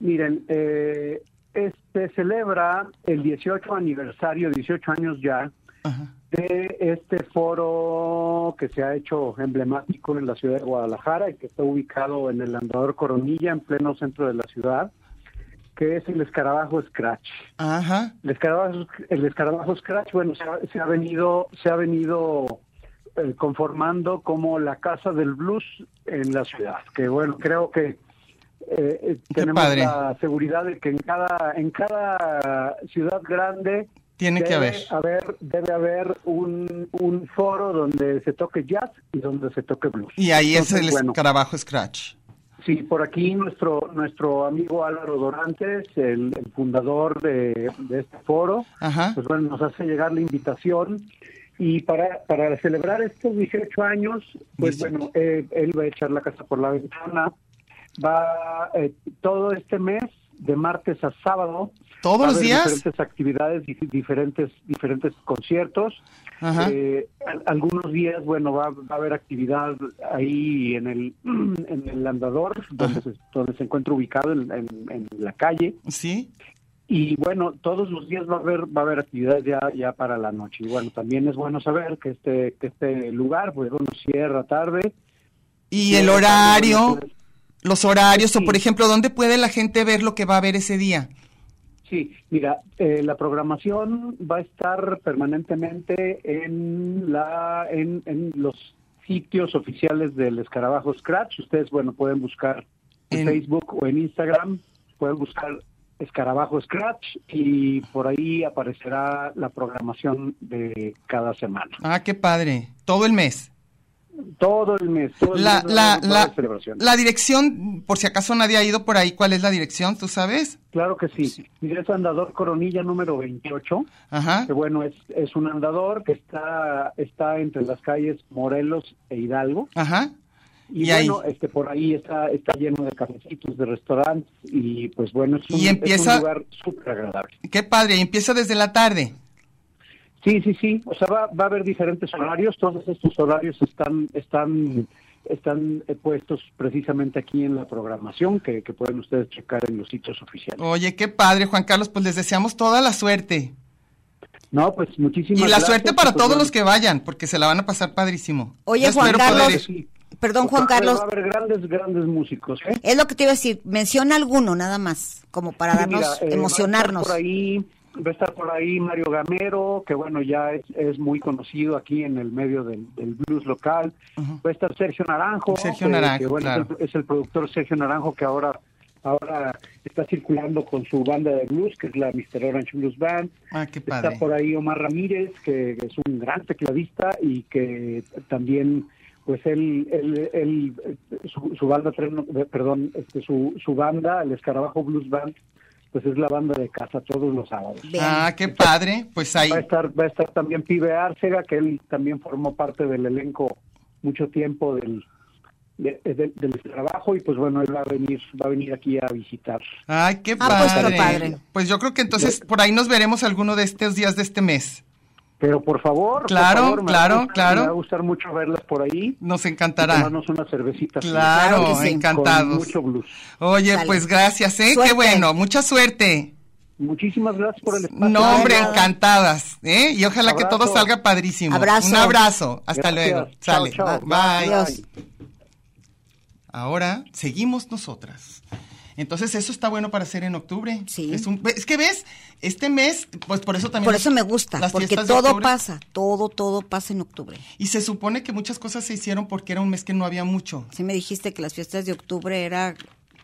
Speaker 6: Miren, eh, este celebra el 18 aniversario, 18 años ya,
Speaker 2: ajá,
Speaker 6: de este foro que se ha hecho emblemático en la ciudad de Guadalajara y que está ubicado en el Andador Coronilla, en pleno centro de la ciudad, que es el escarabajo Scratch.
Speaker 2: ajá,
Speaker 6: El escarabajo, el escarabajo Scratch, bueno, se ha, se ha venido, se ha venido eh, conformando como la casa del blues en la ciudad, que bueno, creo que eh, eh,
Speaker 2: Qué
Speaker 6: tenemos
Speaker 2: padre.
Speaker 6: la seguridad de que en cada, en cada ciudad grande
Speaker 2: tiene que haber.
Speaker 6: debe haber un, un foro donde se toque jazz y donde se toque blues.
Speaker 2: Y ahí es
Speaker 6: Entonces,
Speaker 2: el
Speaker 6: bueno,
Speaker 2: escarabajo Scratch.
Speaker 6: Sí, por aquí nuestro nuestro amigo Álvaro Dorantes, el, el fundador de, de este foro,
Speaker 2: Ajá.
Speaker 6: pues bueno, nos hace llegar la invitación. Y para, para celebrar estos 18 años, pues
Speaker 2: 18.
Speaker 6: bueno, eh, él va a echar la casa por la ventana. Va eh, todo este mes, de martes a sábado.
Speaker 2: ¿Todos
Speaker 6: va a
Speaker 2: los
Speaker 6: haber
Speaker 2: días?
Speaker 6: Diferentes actividades, di- diferentes, diferentes conciertos.
Speaker 2: Ajá.
Speaker 6: Eh, al- algunos días, bueno, va, va a haber actividad ahí en el, en el andador, donde se, donde se encuentra ubicado en, en- en la calle.
Speaker 2: Sí,
Speaker 6: Y bueno, todos los días va a haber, va a haber actividad ya, ya para la noche. Y bueno, también es bueno saber que este, que este lugar, pues bueno, cierra tarde.
Speaker 2: y el
Speaker 6: Cierra tarde, bueno,
Speaker 2: horario,
Speaker 6: pues,
Speaker 2: los horarios, o por
Speaker 6: Sí.
Speaker 2: ejemplo, ¿dónde puede la gente ver lo que va a ver ese día?
Speaker 6: Sí, mira, eh, la programación va a estar permanentemente en la en, en los sitios oficiales del Escarabajo Scratch. Ustedes, bueno, pueden buscar en,
Speaker 2: En-
Speaker 6: Facebook o en Instagram, pueden buscar Escarabajo Scratch y por ahí aparecerá la programación de cada semana.
Speaker 2: Ah, qué padre. Todo el mes.
Speaker 6: Todo el mes, todo el
Speaker 2: La,
Speaker 6: mes
Speaker 2: la,
Speaker 6: va a haber
Speaker 2: la,
Speaker 6: celebración.
Speaker 2: la dirección, por si acaso nadie ha ido por ahí, ¿cuál es la dirección? ¿Tú sabes?
Speaker 6: Claro que sí. Mira, es Andador Coronilla número 28.
Speaker 2: Ajá.
Speaker 6: que bueno, es, es un andador que está, está entre las calles Morelos e Hidalgo.
Speaker 2: Ajá.
Speaker 6: Y,
Speaker 2: Y ahí.
Speaker 6: bueno, este por ahí está, está lleno de cafecitos, de restaurantes, y pues bueno, es un,
Speaker 2: Y
Speaker 6: es un
Speaker 2: empieza-
Speaker 6: lugar súper agradable.
Speaker 2: Qué padre. Y empieza desde la tarde.
Speaker 6: Sí, sí, sí. O sea, va, va a haber diferentes horarios. Todos estos horarios están, están, están eh, puestos precisamente aquí en la programación que, que pueden ustedes checar en los sitios oficiales.
Speaker 2: Oye, qué padre, Juan Carlos. Pues les deseamos toda la suerte.
Speaker 6: No, pues muchísimas
Speaker 2: Y la
Speaker 6: gracias.
Speaker 2: suerte para
Speaker 6: Pues,
Speaker 2: todos
Speaker 6: bueno,
Speaker 2: los que vayan, porque se la van a pasar padrísimo.
Speaker 3: Oye,
Speaker 2: Yo
Speaker 3: Juan
Speaker 2: espero
Speaker 3: Carlos,
Speaker 2: poder ir.
Speaker 6: sí.
Speaker 3: Perdón, Juan
Speaker 6: Pues,
Speaker 3: Carlos.
Speaker 6: Va a haber grandes, grandes músicos, ¿eh?
Speaker 3: Es lo que te iba a decir, menciona alguno nada más, como para
Speaker 6: Sí,
Speaker 3: darnos,
Speaker 6: mira, eh, va a
Speaker 3: emocionarnos.
Speaker 6: estar Por ahí, va a estar por ahí Mario Gamero, que bueno, ya es, es muy conocido aquí en el medio del, del blues local. Va a estar Sergio Naranjo.
Speaker 2: Sergio
Speaker 6: que-
Speaker 2: Naranjo,
Speaker 6: que, bueno,
Speaker 2: claro.
Speaker 6: es, el, es el productor Sergio Naranjo que ahora ahora está circulando con su banda de blues, que es la Mr. Orange Blues Band.
Speaker 2: Ah, qué
Speaker 6: Está
Speaker 2: padre.
Speaker 6: por ahí Omar Ramírez, que es un gran tecladista y que también, pues él, él, eh, él, su, su banda, perdón, este, su, su banda, el Escarabajo Blues Band, pues pues es la banda de casa todos los sábados.
Speaker 3: Vean.
Speaker 2: Ah, qué padre. Pues ahí.
Speaker 6: Va a estar, va a estar también Pibe Arcega, que él también formó parte del elenco mucho tiempo del, de- de- del trabajo y pues bueno, él va a venir, va a venir aquí a visitar.
Speaker 2: Ay, qué
Speaker 3: Ah, pues,
Speaker 2: padre.
Speaker 3: qué padre.
Speaker 2: Pues yo creo que entonces por ahí nos veremos alguno de estos días de este mes.
Speaker 6: Pero por favor, por
Speaker 2: Claro,
Speaker 6: favor, me va a
Speaker 2: claro,
Speaker 6: gustar-
Speaker 2: claro.
Speaker 6: Me va a gustar mucho verlas por ahí.
Speaker 2: Nos
Speaker 6: y
Speaker 2: encantará.
Speaker 6: Tomarnos unas cervecitas.
Speaker 2: Claro,
Speaker 3: Claro que sí.
Speaker 6: Con
Speaker 2: encantados.
Speaker 6: mucho blues.
Speaker 2: Oye,
Speaker 3: Sale.
Speaker 2: pues gracias, ¿eh?
Speaker 3: Suerte.
Speaker 2: Qué bueno, mucha suerte.
Speaker 6: Muchísimas gracias por el espacio.
Speaker 2: No, hombre,
Speaker 3: nada.
Speaker 2: encantadas, ¿eh? Y ojalá que todo
Speaker 6: Abrazo.
Speaker 2: salga padrísimo.
Speaker 3: Abrazo.
Speaker 2: Un abrazo. Hasta
Speaker 6: Gracias.
Speaker 2: luego.
Speaker 6: Chao,
Speaker 2: Sale.
Speaker 6: chao.
Speaker 2: Bye.
Speaker 3: Adiós.
Speaker 2: Ahora seguimos nosotras. Entonces, eso está bueno para hacer en octubre.
Speaker 3: Sí.
Speaker 2: Es, un- es que ves, este mes, pues por eso también.
Speaker 3: Por eso me gusta,
Speaker 2: las
Speaker 3: porque
Speaker 2: fiestas de
Speaker 3: todo
Speaker 2: octubre.
Speaker 3: pasa, todo, todo pasa en octubre.
Speaker 2: Y se supone que muchas cosas se hicieron porque era un mes que no había mucho.
Speaker 3: Sí me dijiste que las fiestas de octubre era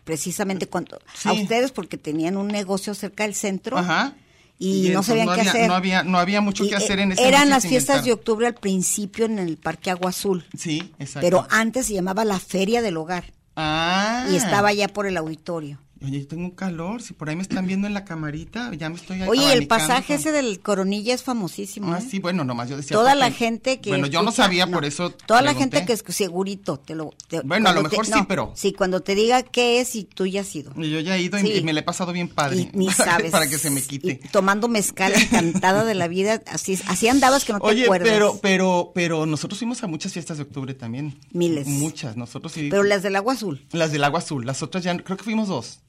Speaker 3: precisamente cuando
Speaker 2: Sí.
Speaker 3: a ustedes porque tenían un negocio cerca del centro
Speaker 2: Ajá.
Speaker 3: y, no
Speaker 2: entonces
Speaker 3: sabían qué
Speaker 2: había-
Speaker 3: hacer.
Speaker 2: No había, no había mucho
Speaker 3: Y,
Speaker 2: que
Speaker 3: eh,
Speaker 2: hacer en ese
Speaker 3: Eran
Speaker 2: mes
Speaker 3: las
Speaker 2: que se
Speaker 3: fiestas de
Speaker 2: inventaron.
Speaker 3: octubre al principio en el Parque Agua Azul,
Speaker 2: Sí, exacto.
Speaker 3: pero antes se llamaba la Feria del Hogar
Speaker 2: Ah.
Speaker 3: y estaba ya por el auditorio.
Speaker 2: Oye, yo tengo un calor. Si por ahí me están viendo en la camarita, ya me estoy
Speaker 3: Oye, y el
Speaker 2: abanicando
Speaker 3: pasaje
Speaker 2: con-
Speaker 3: ese del Coronilla es famosísimo.
Speaker 2: Ah,
Speaker 3: ¿eh?
Speaker 2: sí, bueno, nomás yo decía.
Speaker 3: Toda
Speaker 2: porque-
Speaker 3: la gente que
Speaker 2: Bueno, yo no
Speaker 3: escucha-
Speaker 2: sabía,
Speaker 3: no,
Speaker 2: por eso.
Speaker 3: Toda la
Speaker 2: pregunté.
Speaker 3: gente que es segurito, te lo te-
Speaker 2: Bueno, a
Speaker 3: cuando
Speaker 2: lo
Speaker 3: te-
Speaker 2: mejor sí, pero-
Speaker 3: Sí, cuando te diga qué es y tú ya has ido.
Speaker 2: Y yo ya he ido y-
Speaker 3: Sí.
Speaker 2: y me le he pasado bien padre.
Speaker 3: Y ni
Speaker 2: para que-
Speaker 3: sabes.
Speaker 2: Para que se me quite.
Speaker 3: Y tomando mezcal encantada de la vida, así así andabas que no te
Speaker 2: Oye,
Speaker 3: acuerdas.
Speaker 2: pero, pero, pero nosotros fuimos a muchas fiestas de octubre también.
Speaker 3: Miles.
Speaker 2: Muchas, nosotros sí.
Speaker 3: Pero las del agua azul.
Speaker 2: Las del Agua Azul, las otras ya, creo que fuimos dos.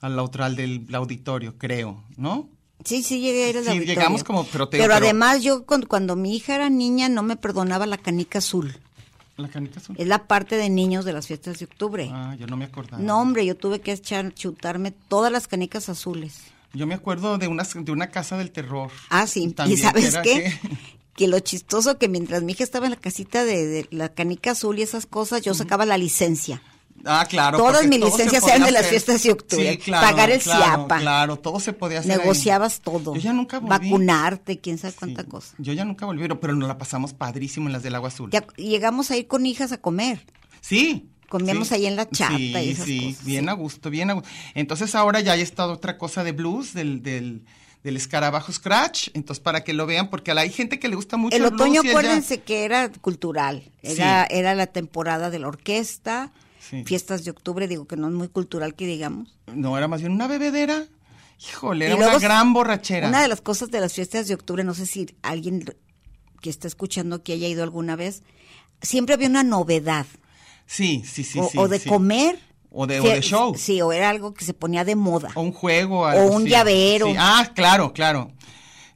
Speaker 2: A la otra, al del auditorio, creo, ¿no?
Speaker 3: Sí, sí, llegué a ir al
Speaker 2: Sí,
Speaker 3: auditorio.
Speaker 2: llegamos como- pero te digo,
Speaker 3: Pero
Speaker 2: pero-
Speaker 3: además yo cuando, cuando mi hija era niña no me perdonaba la canica azul.
Speaker 2: La canica azul.
Speaker 3: Es la parte de niños de las fiestas de octubre.
Speaker 2: Ah, yo no me acordaba.
Speaker 3: No, hombre, yo tuve que echar, chutarme todas las canicas azules.
Speaker 2: Yo me acuerdo de una, de una casa del terror.
Speaker 3: Ah, sí. ¿Y
Speaker 2: También, que
Speaker 3: sabes
Speaker 2: era
Speaker 3: qué?
Speaker 2: que-
Speaker 3: Que lo chistoso que mientras mi hija estaba en la casita de, de la canica azul y esas cosas, yo sacaba la licencia.
Speaker 2: Ah, claro.
Speaker 3: Todas
Speaker 2: porque
Speaker 3: mis
Speaker 2: todo se
Speaker 3: licencias
Speaker 2: podía
Speaker 3: eran de las
Speaker 2: hacer.
Speaker 3: fiestas de octubre.
Speaker 2: Sí, claro,
Speaker 3: Pagar el
Speaker 2: claro,
Speaker 3: CIAPA.
Speaker 2: Claro, todo se podía hacer. ahí.
Speaker 3: Negociabas todo.
Speaker 2: Yo ya nunca volví.
Speaker 3: Vacunarte, quién sabe
Speaker 2: Sí,
Speaker 3: cuánta cosa.
Speaker 2: Yo ya nunca volví, pero, pero nos la pasamos padrísimo en las del Agua Azul.
Speaker 3: Ya llegamos a ir con hijas a comer.
Speaker 2: Sí.
Speaker 3: Comíamos
Speaker 2: sí.
Speaker 3: ahí en la chata
Speaker 2: Sí,
Speaker 3: y esas
Speaker 2: sí,
Speaker 3: cosas,
Speaker 2: bien
Speaker 3: sí.
Speaker 2: a gusto, bien a gusto. Entonces ahora ya hay estado otra cosa de blues, del, del, del escarabajo scratch. Entonces para que lo vean, porque hay gente que le gusta mucho
Speaker 3: el
Speaker 2: blues
Speaker 3: otoño,
Speaker 2: y ella-
Speaker 3: acuérdense que era cultural. Era, era la temporada de la orquesta,
Speaker 2: Sí.
Speaker 3: fiestas de octubre, digo que no es muy cultural que digamos.
Speaker 2: No, era más bien una bebedera. Híjole, era
Speaker 3: Y luego
Speaker 2: una gran borrachera.
Speaker 3: Una de las cosas de las fiestas de octubre, no sé si alguien que está escuchando que haya ido alguna vez, siempre había una novedad.
Speaker 2: Sí, sí, sí.
Speaker 3: o,
Speaker 2: sí,
Speaker 3: o de
Speaker 2: sí.
Speaker 3: comer.
Speaker 2: O de, o de
Speaker 3: Sí,
Speaker 2: show. Oh.
Speaker 3: Sí, o era algo que se ponía de moda.
Speaker 2: O un juego. algo
Speaker 3: O un
Speaker 2: así.
Speaker 3: llavero.
Speaker 2: Sí. Ah, claro, claro.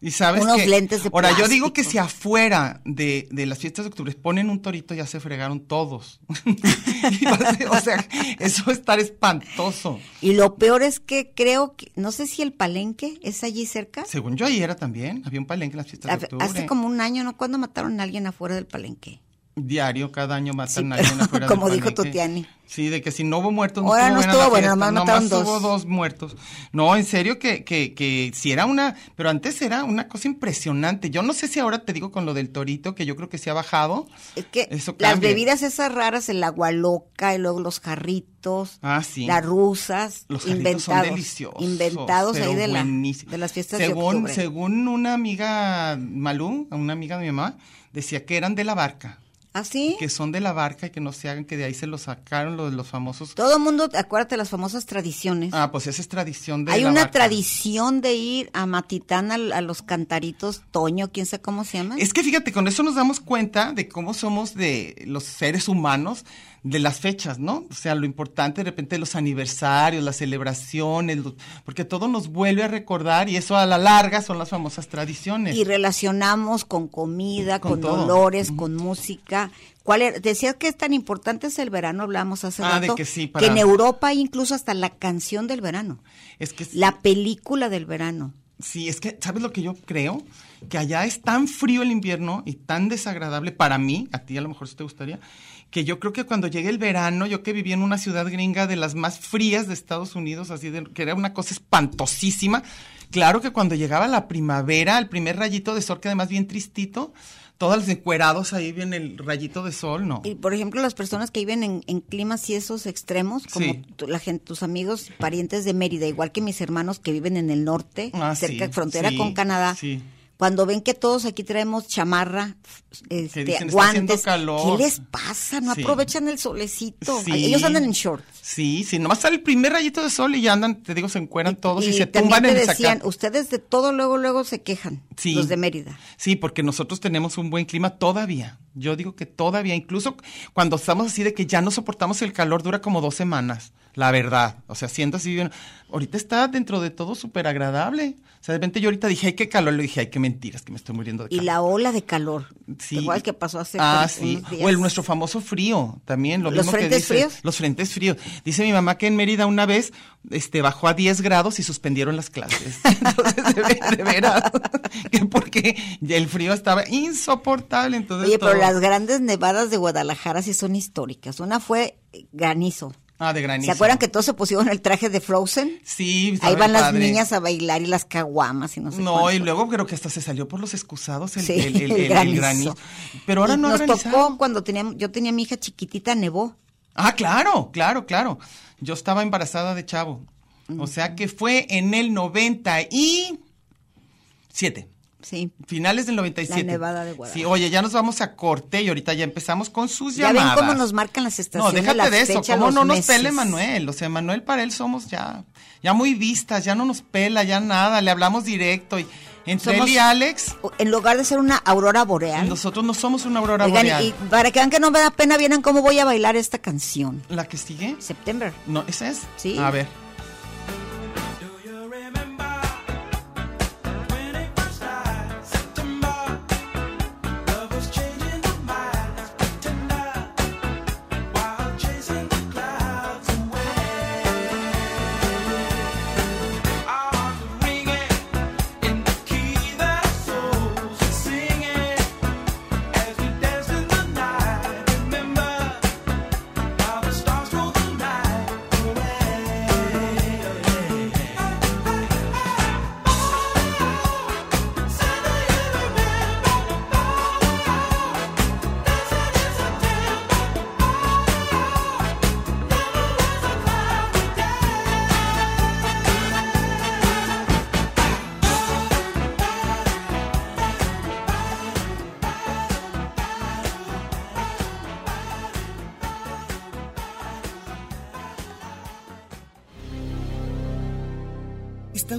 Speaker 2: Y sabes
Speaker 3: Unos
Speaker 2: que-
Speaker 3: lentes de
Speaker 2: Ahora, yo digo
Speaker 3: plástico.
Speaker 2: que si afuera de, de las fiestas de octubre ponen un torito, ya se fregaron todos. Y va a ser- o sea, eso va a estar espantoso.
Speaker 3: Y lo peor es que creo que, no sé si el palenque es allí cerca.
Speaker 2: Según yo, ahí era también. Había un palenque en las fiestas de
Speaker 3: Hace-
Speaker 2: octubre.
Speaker 3: Hace como un año, ¿no? ¿Cuándo mataron a alguien afuera del palenque?
Speaker 2: Diario, cada año matan
Speaker 3: Sí,
Speaker 2: a alguien
Speaker 3: pero
Speaker 2: afuera
Speaker 3: como
Speaker 2: del
Speaker 3: dijo
Speaker 2: palenque.
Speaker 3: Tutiani.
Speaker 2: Sí, de que si no hubo muertos, no
Speaker 3: Ahora no
Speaker 2: estuvo buena la
Speaker 3: estuvo bueno,
Speaker 2: fiesta,
Speaker 3: nomás
Speaker 2: nomás
Speaker 3: mataron dos.
Speaker 2: hubo dos muertos. No, en serio que, que, que si era una, pero antes era una cosa impresionante. Yo no sé si ahora te digo con lo del torito, que yo creo que se ha bajado.
Speaker 3: Es que
Speaker 2: Eso
Speaker 3: las
Speaker 2: cambia.
Speaker 3: bebidas esas raras, el agua loca, y luego los jarritos,
Speaker 2: Ah, sí.
Speaker 3: las rusas,
Speaker 2: Los jarritos son
Speaker 3: inventados,
Speaker 2: deliciosos.
Speaker 3: inventados ahí
Speaker 2: pero
Speaker 3: de, la,
Speaker 2: buenísimos.
Speaker 3: de las fiestas
Speaker 2: según,
Speaker 3: de octubre.
Speaker 2: Según una amiga, Malú, una amiga de mi mamá, decía que eran de la barca.
Speaker 3: ¿Ah, sí?
Speaker 2: Que son de la barca y que no se hagan, que de ahí se los sacaron los, los famosos
Speaker 3: Todo el mundo, acuérdate, las famosas tradiciones.
Speaker 2: Ah, pues esa es tradición de
Speaker 3: Hay
Speaker 2: la
Speaker 3: una
Speaker 2: vaca.
Speaker 3: tradición de ir a Matitán al- a, los cantaritos Toño, quién sabe cómo se llaman.
Speaker 2: Es que fíjate, con eso nos damos cuenta de cómo somos de los seres humanos, de las fechas, ¿no? O sea, lo importante de repente los aniversarios, las celebraciones, los- porque todo nos vuelve a recordar y eso a la larga son las famosas tradiciones.
Speaker 3: y relacionamos con comida,
Speaker 2: Con
Speaker 3: con,
Speaker 2: todo.
Speaker 3: dolores, con música. ¿Cuál era? Decías que es tan importante es el verano, hablamos hace
Speaker 2: Ah, de
Speaker 3: rato,
Speaker 2: que sí, para-
Speaker 3: en Europa hay incluso hasta la canción del verano,
Speaker 2: es que
Speaker 3: la película del verano.
Speaker 2: Sí, es que, ¿sabes lo que yo creo? Que allá es tan frío el invierno y tan desagradable para mí, a ti a lo mejor sí te gustaría, que yo creo que cuando llegue el verano, yo que vivía en una ciudad gringa de las más frías de Estados Unidos, así de, que era una cosa espantosísima, claro que cuando llegaba la primavera, el primer rayito de sol, que además bien tristito, todos los encuerados ahí viene el rayito de sol, no.
Speaker 3: Y por ejemplo, las personas que viven en, en climas y esos extremos, como
Speaker 2: Sí.
Speaker 3: tu- la gente, tus amigos, y parientes de Mérida, igual que mis hermanos que viven en el norte,
Speaker 2: Ah,
Speaker 3: cerca
Speaker 2: sí,
Speaker 3: frontera
Speaker 2: sí,
Speaker 3: con Canadá,
Speaker 2: sí.
Speaker 3: cuando ven que todos aquí traemos chamarra, f- este,
Speaker 2: dicen, "Está haciendo
Speaker 3: guantes,
Speaker 2: calor".
Speaker 3: ¿qué les pasa? No
Speaker 2: Sí.
Speaker 3: aprovechan el solecito.
Speaker 2: Sí.
Speaker 3: Ay, Ellos andan en shorts.
Speaker 2: Sí, sí, nomás sale el primer rayito de sol y ya andan, te digo, se encueran todos y, se
Speaker 3: también
Speaker 2: tumban
Speaker 3: te
Speaker 2: en el
Speaker 3: decían,
Speaker 2: zacate.
Speaker 3: ustedes de todo luego luego se quejan,
Speaker 2: Sí.
Speaker 3: los de Mérida.
Speaker 2: Sí, porque nosotros tenemos un buen clima todavía. Yo digo que todavía, incluso cuando estamos así de que ya no soportamos el calor, dura como dos semanas, la verdad. O sea, siendo así, bien- ahorita está dentro de todo súper agradable. O sea, de repente yo ahorita dije, ay, qué calor, le dije, ay, qué mentiras, que me estoy muriendo de
Speaker 3: Y
Speaker 2: calor.
Speaker 3: la ola de calor.
Speaker 2: Sí.
Speaker 3: Igual que pasó hace
Speaker 2: Ah,
Speaker 3: unos
Speaker 2: sí.
Speaker 3: días.
Speaker 2: O el nuestro famoso frío, también. Lo
Speaker 3: ¿Los
Speaker 2: mismo que
Speaker 3: frentes
Speaker 2: dice,
Speaker 3: fríos?
Speaker 2: Los frentes fríos. Dice mi mamá que en Mérida una vez este, bajó a 10 grados y suspendieron las clases. Entonces, de, ve- de veras, que porque el frío estaba insoportable. Entonces,
Speaker 3: Oye, pero
Speaker 2: todo-
Speaker 3: las grandes nevadas de Guadalajara sí son históricas. Una fue eh, granizo.
Speaker 2: Ah, de granizo.
Speaker 3: ¿Se acuerdan que todos se pusieron el traje de Frozen?
Speaker 2: Sí,
Speaker 3: Ahí
Speaker 2: estaba
Speaker 3: van las
Speaker 2: padre.
Speaker 3: niñas a bailar y las caguamas y no sé
Speaker 2: No,
Speaker 3: cuánto.
Speaker 2: y luego creo que hasta se salió por los excusados el,
Speaker 3: Sí,
Speaker 2: el- el- el- el
Speaker 3: granizo.
Speaker 2: granizo. Pero ahora
Speaker 3: Y
Speaker 2: no ha
Speaker 3: Nos
Speaker 2: granizado.
Speaker 3: tocó cuando teníamos, yo tenía a mi hija chiquitita, nevó.
Speaker 2: Ah, claro, claro, claro. Yo estaba embarazada de chavo. O sea que fue en el 97.
Speaker 3: Sí.
Speaker 2: Finales del 97.
Speaker 3: La nevada de Guadalajara.
Speaker 2: Sí, oye, ya nos vamos a corte y ahorita ya empezamos con sus
Speaker 3: Ya
Speaker 2: Pues llamadas.
Speaker 3: ven cómo nos marcan las
Speaker 2: No,
Speaker 3: estaciones.
Speaker 2: déjate
Speaker 3: las
Speaker 2: de eso.
Speaker 3: fechas,
Speaker 2: ¿Cómo
Speaker 3: los
Speaker 2: no nos
Speaker 3: meses.
Speaker 2: pele Manuel? O sea, Manuel para él somos ya, ya muy vistas, ya no nos pela, ya nada, le hablamos directo. Y entre
Speaker 3: Somos-
Speaker 2: él y Alex,
Speaker 3: En lugar de ser una aurora boreal.
Speaker 2: nosotros no somos una aurora
Speaker 3: Oigan,
Speaker 2: boreal.
Speaker 3: y para que vean que no me da pena, vienen cómo voy a bailar esta canción.
Speaker 2: ¿La que sigue?
Speaker 3: September.
Speaker 2: No, ¿esa es?
Speaker 3: Sí.
Speaker 2: A ver. Está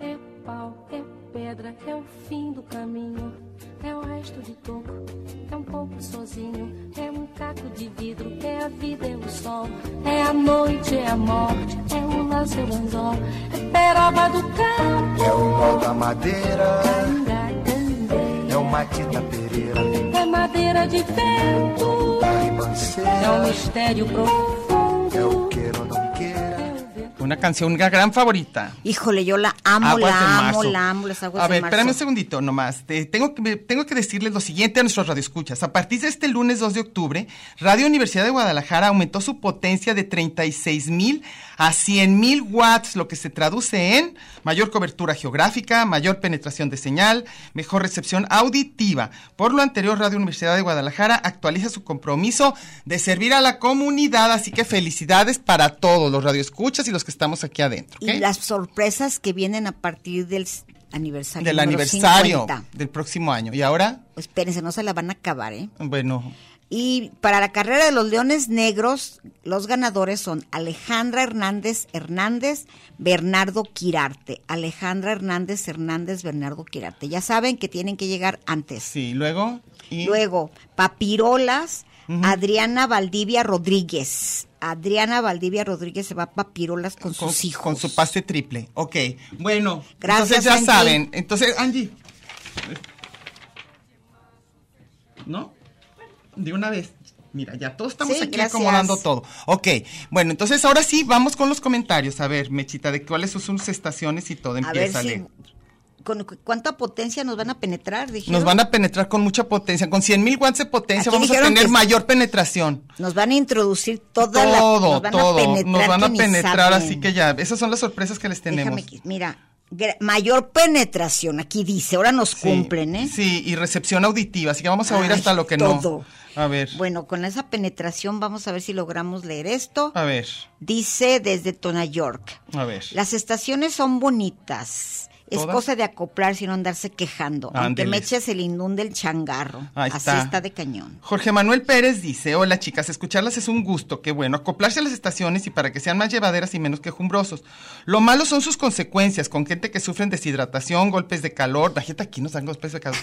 Speaker 5: É pau, é pedra, é o fim do caminho. É o resto de toco, é um pouco sozinho. É um caco de vidro, é a vida, é o sol. É a noite, é a morte, é o laço, é o anzol. É peroba do campo,
Speaker 7: É o nó da madeira,
Speaker 5: da candeia.
Speaker 7: é o Matita Pereira, e
Speaker 5: É madeira de vento,
Speaker 7: da
Speaker 5: é um
Speaker 7: ribanceira,
Speaker 5: mistério profundo.
Speaker 7: é o queira ou não queira.
Speaker 5: É o vento.
Speaker 2: Una canción, una gran favorita.
Speaker 3: Híjole, yo la amo,
Speaker 2: Aguas de
Speaker 3: la amo,
Speaker 2: marzo.
Speaker 3: la amo, las aguas
Speaker 2: A
Speaker 3: de
Speaker 2: ver,
Speaker 3: marzo.
Speaker 2: espérame un segundito nomás. Te- tengo, que, tengo que decirles lo siguiente a nuestros radioescuchas. A partir de este lunes 2 de octubre, Radio Universidad de Guadalajara aumentó su potencia de 36 mil a 100 mil watts, lo que se traduce en mayor cobertura geográfica, mayor penetración de señal, mejor recepción auditiva. Por lo anterior, Radio Universidad de Guadalajara actualiza su compromiso de servir a la comunidad, así que felicidades para todos los radioescuchas y los que estamos aquí adentro. ¿ok?
Speaker 3: Y las sorpresas que vienen a partir del s- aniversario.
Speaker 2: del
Speaker 3: número
Speaker 2: aniversario
Speaker 3: 50.
Speaker 2: del próximo año. Y ahora,
Speaker 3: Espérense, no se la van a acabar, ¿eh?
Speaker 2: bueno,
Speaker 3: Y para la carrera de los Leones Negros, los ganadores son Alejandra Hernández Hernández, Bernardo Quirarte. Alejandra Hernández Hernández, Bernardo Quirarte. Ya saben que tienen que llegar antes.
Speaker 2: sí, luego y
Speaker 3: Luego, Papirolas, Adriana Valdivia Rodríguez. Adriana Valdivia Rodríguez se va para Pirolas con, sus hijos.
Speaker 2: Con su pase triple. Ok. Bueno, entonces
Speaker 3: Gracias,
Speaker 2: ya
Speaker 3: Angie.
Speaker 2: saben. Entonces, Angie. ¿No? De una vez. Mira, ya todos estamos
Speaker 3: Sí,
Speaker 2: aquí
Speaker 3: gracias.
Speaker 2: acomodando todo. Ok. Bueno, entonces ahora sí, vamos con los comentarios. A ver, Mechita, de cuáles son sus estaciones y todo.
Speaker 3: A ver
Speaker 2: Empieza,
Speaker 3: si. Con, cu- ¿Cuánta potencia nos van a penetrar? Dijeron.
Speaker 2: Nos van a penetrar con mucha potencia. Con 100 mil watts de potencia
Speaker 3: Aquí
Speaker 2: vamos a
Speaker 3: dijeron
Speaker 2: tener
Speaker 3: que-
Speaker 2: mayor penetración.
Speaker 3: Nos van a introducir toda la.
Speaker 2: todo,
Speaker 3: Nos van
Speaker 2: todo.
Speaker 3: a penetrar.
Speaker 2: nos van
Speaker 3: que
Speaker 2: a
Speaker 3: ni
Speaker 2: penetrar,
Speaker 3: saben.
Speaker 2: así que ya. Esas son las sorpresas que les tenemos.
Speaker 3: Déjame que- mira, gra- mayor penetración, aquí dice. Ahora nos
Speaker 2: Sí,
Speaker 3: cumplen, ¿eh?
Speaker 2: Sí, y recepción auditiva, así que vamos a oír
Speaker 3: Ay,
Speaker 2: hasta lo que
Speaker 3: todo.
Speaker 2: no. A ver,
Speaker 3: Bueno, con esa penetración vamos a ver si logramos leer esto.
Speaker 2: a ver,
Speaker 3: Dice desde Tona York.
Speaker 2: a ver.
Speaker 3: Las estaciones son bonitas. Es
Speaker 2: ¿Todas?
Speaker 3: cosa de acoplarse y no andarse quejando. Aunque
Speaker 2: Ándeles.
Speaker 3: Meche se le inunde el changarro.
Speaker 2: Ahí
Speaker 3: Así
Speaker 2: está.
Speaker 3: está de cañón.
Speaker 2: Jorge Manuel Pérez dice, hola chicas, escucharlas es un gusto, qué bueno, acoplarse a las estaciones y para que sean más llevaderas y menos quejumbrosos. Lo malo son sus consecuencias, con gente que sufren deshidratación, golpes de calor, la gente aquí nos dan golpes de calor,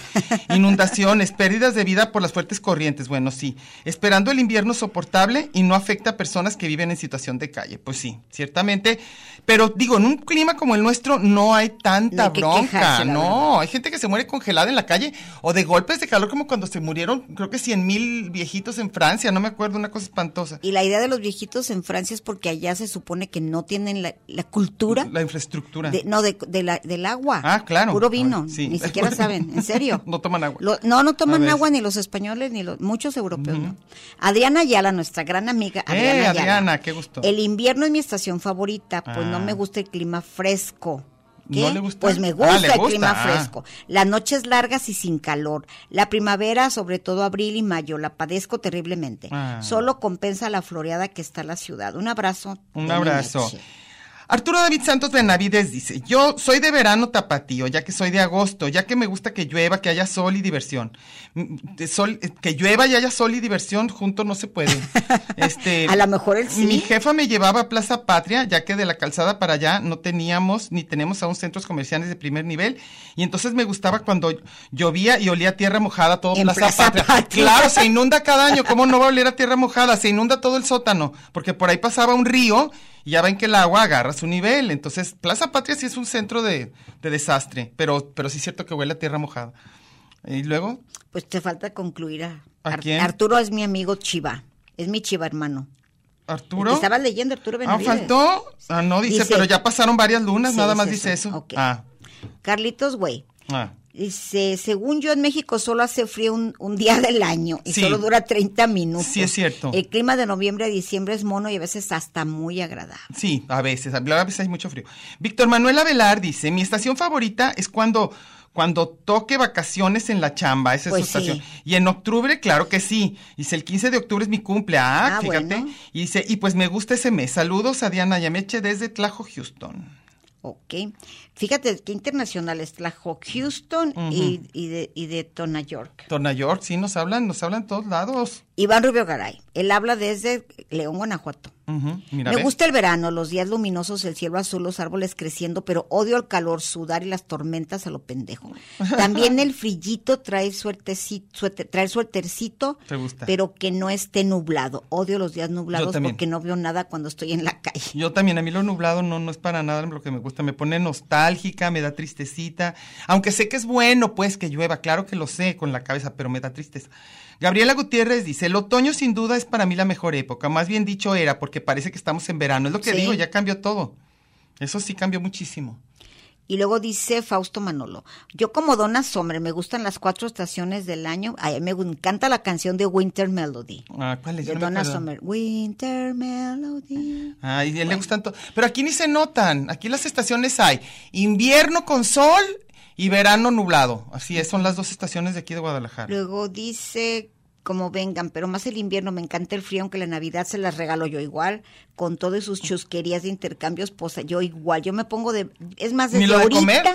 Speaker 2: inundaciones, pérdidas de vida por las fuertes corrientes, bueno, sí, esperando el invierno soportable y no afecta a personas que viven en situación de calle, pues sí, ciertamente, pero digo, en un clima como el nuestro no hay
Speaker 3: No
Speaker 2: tanta
Speaker 3: hay que
Speaker 2: bronca,
Speaker 3: quejarse, la
Speaker 2: no,
Speaker 3: verdad.
Speaker 2: no, hay gente que se muere congelada en la calle o de golpes de calor como cuando se murieron, creo que cien mil viejitos en Francia, no me acuerdo, una cosa espantosa.
Speaker 3: Y la idea de los viejitos en Francia es porque allá se supone que no tienen la, la cultura.
Speaker 2: La infraestructura.
Speaker 3: de- no, de, de la- del agua.
Speaker 2: Ah, claro.
Speaker 3: Puro vino.
Speaker 2: Sí.
Speaker 3: Ni siquiera saben, en serio.
Speaker 2: No toman agua. Eh,
Speaker 3: Lo- no, no
Speaker 2: A
Speaker 3: toman
Speaker 2: ver.
Speaker 3: agua ni los españoles ni los muchos europeos. ¿no? Ayala, Yala, nuestra gran amiga. Adriana,
Speaker 2: eh,
Speaker 3: Ayala.
Speaker 2: Adriana, qué gusto.
Speaker 3: El invierno es mi estación favorita, pues no
Speaker 2: Ah.
Speaker 3: me gusta el clima fresco. ¿Qué?
Speaker 2: ¿No le gusta?
Speaker 3: Pues me
Speaker 2: Ah,
Speaker 3: gusta
Speaker 2: le
Speaker 3: el
Speaker 2: gusta,
Speaker 3: clima
Speaker 2: ah.
Speaker 3: fresco. Las noches largas y sin calor. La primavera, sobre todo abril y mayo, la padezco terriblemente.
Speaker 2: Ah.
Speaker 3: Solo compensa la floreada que está la ciudad. Un abrazo.
Speaker 2: Un
Speaker 3: de
Speaker 2: abrazo.
Speaker 3: Meche.
Speaker 2: Arturo David Santos Benavides dice, yo soy de verano tapatío, ya que soy de agosto, ya que me gusta que llueva, que haya sol y diversión. Mm, de sol- eh, que llueva y haya sol y diversión, juntos no se puede. Este,
Speaker 3: A lo mejor él sí.
Speaker 2: Mi jefa me llevaba a Plaza Patria, ya que de la calzada para allá no teníamos ni tenemos aún centros comerciales de primer nivel, y entonces me gustaba cuando llovía y olía a tierra mojada todo
Speaker 3: En
Speaker 2: Plaza,
Speaker 3: Plaza
Speaker 2: Patria.
Speaker 3: Patria.
Speaker 2: Claro, se inunda cada año, ¿cómo no va a oler a tierra mojada? Se inunda todo el sótano, porque por ahí pasaba un río y ya ven que el agua agarra su nivel. Entonces, Plaza Patria sí es un centro de, de desastre, pero, pero sí es cierto que huele a tierra mojada. Y luego,
Speaker 3: Pues te falta concluir a,
Speaker 2: ¿A
Speaker 3: Ar-
Speaker 2: quién?
Speaker 3: Arturo es mi amigo Chiva. Es mi Chiva hermano. El que
Speaker 2: Arturo.
Speaker 3: Estaba leyendo Arturo
Speaker 2: Ah,
Speaker 3: Benavides.
Speaker 2: faltó. Ah, no, dice,
Speaker 3: Dice-
Speaker 2: pero ya pasaron varias lunas,
Speaker 3: Sí,
Speaker 2: nada más
Speaker 3: dice
Speaker 2: dice
Speaker 3: eso.
Speaker 2: eso.
Speaker 3: Ok.
Speaker 2: Ah,
Speaker 3: Carlitos, güey.
Speaker 2: ah.
Speaker 3: Dice, Este, según yo en México solo hace frío un, un día del año y
Speaker 2: Sí.
Speaker 3: solo dura 30 minutos.
Speaker 2: Sí, es cierto.
Speaker 3: El clima de noviembre a diciembre es mono y a veces hasta muy agradable.
Speaker 2: Sí, a veces, a a veces hay mucho frío. Víctor Manuel Avelar dice, mi estación favorita es cuando, cuando toque vacaciones en la chamba, esa
Speaker 3: Pues
Speaker 2: es su estación.
Speaker 3: sí.
Speaker 2: Y en octubre, claro que sí. Dice, el 15 de octubre es mi cumple, ah,
Speaker 3: Ah,
Speaker 2: fíjate.
Speaker 3: bueno.
Speaker 2: Y dice, y pues me gusta ese mes. Saludos a Diana Yameche desde Tlajo, Houston.
Speaker 3: Ok. Fíjate qué internacional es Tlajo, Houston y, y de, y de Tona York.
Speaker 2: Torna York, sí, nos hablan, nos hablan todos lados.
Speaker 3: Iván Rubio Garay. Él habla desde León, Guanajuato.
Speaker 2: Ujú, mira,
Speaker 3: Me
Speaker 2: ve.
Speaker 3: gusta el verano, los días luminosos, el cielo azul, los árboles creciendo, pero odio el calor, sudar y las tormentas a lo pendejo. También el frillito trae suertecito, trae el suétercito,
Speaker 2: Te gusta.
Speaker 3: pero que no esté nublado. Odio los días
Speaker 2: Yo
Speaker 3: nublados
Speaker 2: también.
Speaker 3: porque no veo nada cuando estoy en la calle.
Speaker 2: Yo también, a mí lo nublado no, no es para nada lo que me gusta, me pone nostálgica, me da tristecita, aunque sé que es bueno pues que llueva, claro que lo sé con la cabeza, pero me da tristeza. Gabriela Gutiérrez dice, el otoño sin duda es para mí la mejor época, más bien dicho era, porque parece que estamos en verano, es lo que
Speaker 3: Sí.
Speaker 2: digo, ya cambió todo. Eso sí cambió muchísimo.
Speaker 3: Y luego dice Fausto Manolo, yo como Donna Sommer me gustan las cuatro estaciones del año. Ay, me encanta la canción de Winter Melody.
Speaker 2: Ah, ¿Cuál es?
Speaker 3: De
Speaker 2: Yo no me
Speaker 3: Donna
Speaker 2: acuerdo.
Speaker 3: Summer. Winter Melody.
Speaker 2: Ay, le gustan todo. Pero aquí ni se notan. Aquí las estaciones hay invierno con sol y verano nublado. Así es, son las dos estaciones de aquí de Guadalajara.
Speaker 3: Luego dice, como vengan, pero más el invierno, me encanta el frío, aunque la Navidad se las regalo yo igual, con todo y sus chusquerías de intercambios, pues yo igual, yo me pongo de, es más,
Speaker 2: Ni
Speaker 3: desde
Speaker 2: lo de
Speaker 3: ahorita,
Speaker 2: comer.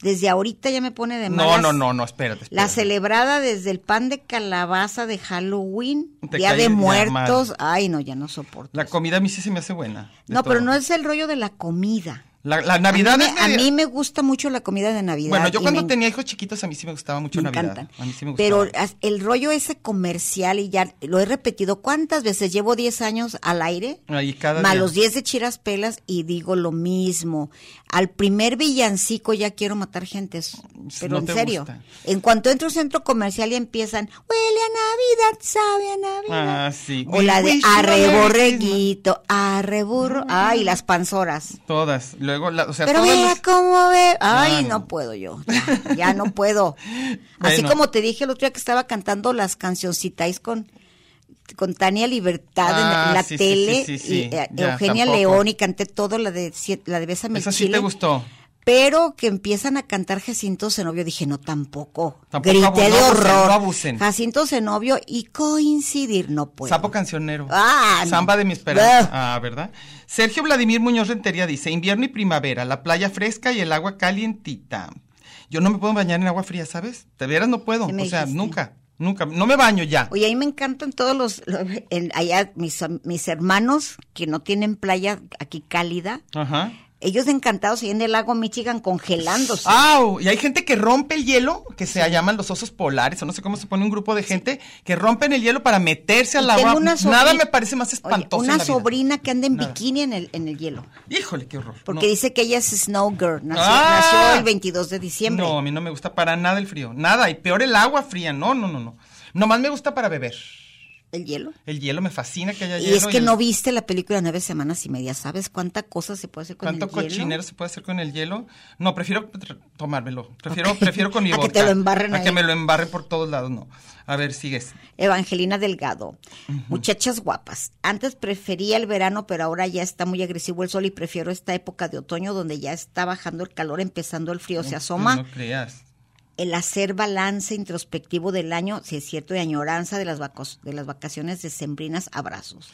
Speaker 3: desde ahorita ya me pone de
Speaker 2: No,
Speaker 3: malas.
Speaker 2: no, no, no, espérate.
Speaker 3: La
Speaker 2: espérate.
Speaker 3: celebrada desde el pan de calabaza de Halloween,
Speaker 2: Te
Speaker 3: Día
Speaker 2: cae
Speaker 3: de
Speaker 2: la
Speaker 3: Muertos, ay no, ya no soporto.
Speaker 2: La
Speaker 3: eso.
Speaker 2: comida a mí sí se me hace buena. de
Speaker 3: no, pero
Speaker 2: todo.
Speaker 3: no es el rollo de la comida.
Speaker 2: La, la Navidad
Speaker 3: a mí,
Speaker 2: es
Speaker 3: me- a
Speaker 2: media-
Speaker 3: mí me gusta mucho la comida de Navidad.
Speaker 2: Bueno, yo
Speaker 3: y
Speaker 2: cuando
Speaker 3: me
Speaker 2: tenía hijos chiquitos a mí sí me gustaba mucho
Speaker 3: Me
Speaker 2: Navidad.
Speaker 3: encantan.
Speaker 2: A mí sí me gustaba.
Speaker 3: Pero as- el rollo ese comercial, y ya lo he repetido, ¿cuántas veces? Llevo 10 años al aire,
Speaker 2: Ahí Eh, cada
Speaker 3: más
Speaker 2: día.
Speaker 3: los 10 de Chiras Pelas, y digo lo mismo. Al primer villancico ya quiero matar gentes. Pero
Speaker 2: no
Speaker 3: en
Speaker 2: te
Speaker 3: serio.
Speaker 2: gusta.
Speaker 3: En cuanto entro a un centro comercial y empiezan, huele a Navidad, sabe a Navidad.
Speaker 2: Ah, sí.
Speaker 3: O la
Speaker 2: We
Speaker 3: de
Speaker 2: wish you a Merry
Speaker 3: arreborreguito, arreburro. Ay, las panzoras.
Speaker 2: Todas. Luego, la- o sea,
Speaker 3: Pero
Speaker 2: todas
Speaker 3: mira
Speaker 2: las-
Speaker 3: cómo ve. Ay,
Speaker 2: no.
Speaker 3: no, puedo yo. Ya, ya no puedo. Así
Speaker 2: Bueno.
Speaker 3: como te dije el otro día que estaba cantando las cancioncitas con con Tania Libertad en la- en
Speaker 2: Ah,
Speaker 3: la,
Speaker 2: sí, sí,
Speaker 3: tele
Speaker 2: sí, sí, sí.
Speaker 3: y eh,
Speaker 2: Ya,
Speaker 3: Eugenia
Speaker 2: tampoco.
Speaker 3: León y canté todo la de sie- la de Bésame el
Speaker 2: Esa sí
Speaker 3: Chile.
Speaker 2: te gustó.
Speaker 3: Pero que empiezan a cantar Jacinto Cenobio, dije, no, tampoco.
Speaker 2: Tampoco
Speaker 3: Grité
Speaker 2: abu-
Speaker 3: de
Speaker 2: no abusen,
Speaker 3: horror.
Speaker 2: no abusen.
Speaker 3: Jacinto Cenobio y coincidir, no puedo.
Speaker 2: Sapo cancionero.
Speaker 3: Ah, no.
Speaker 2: Samba de mi esperanza.
Speaker 3: Ah.
Speaker 2: Ah, ¿verdad? Sergio Vladimir Muñoz Rentería dice: invierno y primavera, la playa fresca y el agua calientita. Yo no me puedo bañar en agua fría, ¿sabes? De veras no puedo.
Speaker 3: Sí me
Speaker 2: O sea,
Speaker 3: dijiste.
Speaker 2: nunca, nunca. No me baño ya.
Speaker 3: Oye, a mí me encantan todos los, los- en- allá mis, am- mis hermanos que no tienen playa aquí cálida,
Speaker 2: Ajá.
Speaker 3: ellos encantados ahí en el lago Michigan congelándose.
Speaker 2: Ah, ¡Au! Y hay gente que rompe el hielo, que se llaman los osos polares, o no sé cómo se pone un grupo de gente que rompen el hielo para meterse al
Speaker 3: Y tengo
Speaker 2: agua.
Speaker 3: una sobri-
Speaker 2: Nada me parece más
Speaker 3: Oye,
Speaker 2: espantoso. en
Speaker 3: una
Speaker 2: la vida.
Speaker 3: sobrina que anda en
Speaker 2: Nada.
Speaker 3: bikini en el, en el hielo,
Speaker 2: Híjole, qué horror.
Speaker 3: porque
Speaker 2: No.
Speaker 3: dice que ella es Snow Girl, nació,
Speaker 2: ¡Ah!
Speaker 3: nació el 22 de diciembre.
Speaker 2: No, a mí no me gusta para nada el frío. Nada, y peor el agua fría. No, no, no, no. Nomás me gusta para beber.
Speaker 3: El hielo.
Speaker 2: El hielo me fascina que haya
Speaker 3: Y
Speaker 2: hielo.
Speaker 3: es que
Speaker 2: el-
Speaker 3: no viste la película Nueve Semanas y Media, ¿sabes cuánta cosa se puede hacer con el
Speaker 2: ¿Cuánto
Speaker 3: hielo?
Speaker 2: cochinero se puede hacer con el hielo? No, prefiero tr- tomármelo. Prefiero,
Speaker 3: Ok.
Speaker 2: prefiero con mi
Speaker 3: A que te
Speaker 2: vodka.
Speaker 3: lo embarren
Speaker 2: A
Speaker 3: ahí.
Speaker 2: que me lo embarren por todos lados, no. A ver, sigues.
Speaker 3: Evangelina Delgado. Muchachas guapas. Antes prefería el verano, pero ahora ya está muy agresivo el sol y prefiero esta época de otoño donde ya está bajando el calor, empezando el frío. Se asoma
Speaker 2: No creas.
Speaker 3: el hacer balance introspectivo del año, si es cierto, de añoranza de las, vacos- de las vacaciones decembrinas, abrazos.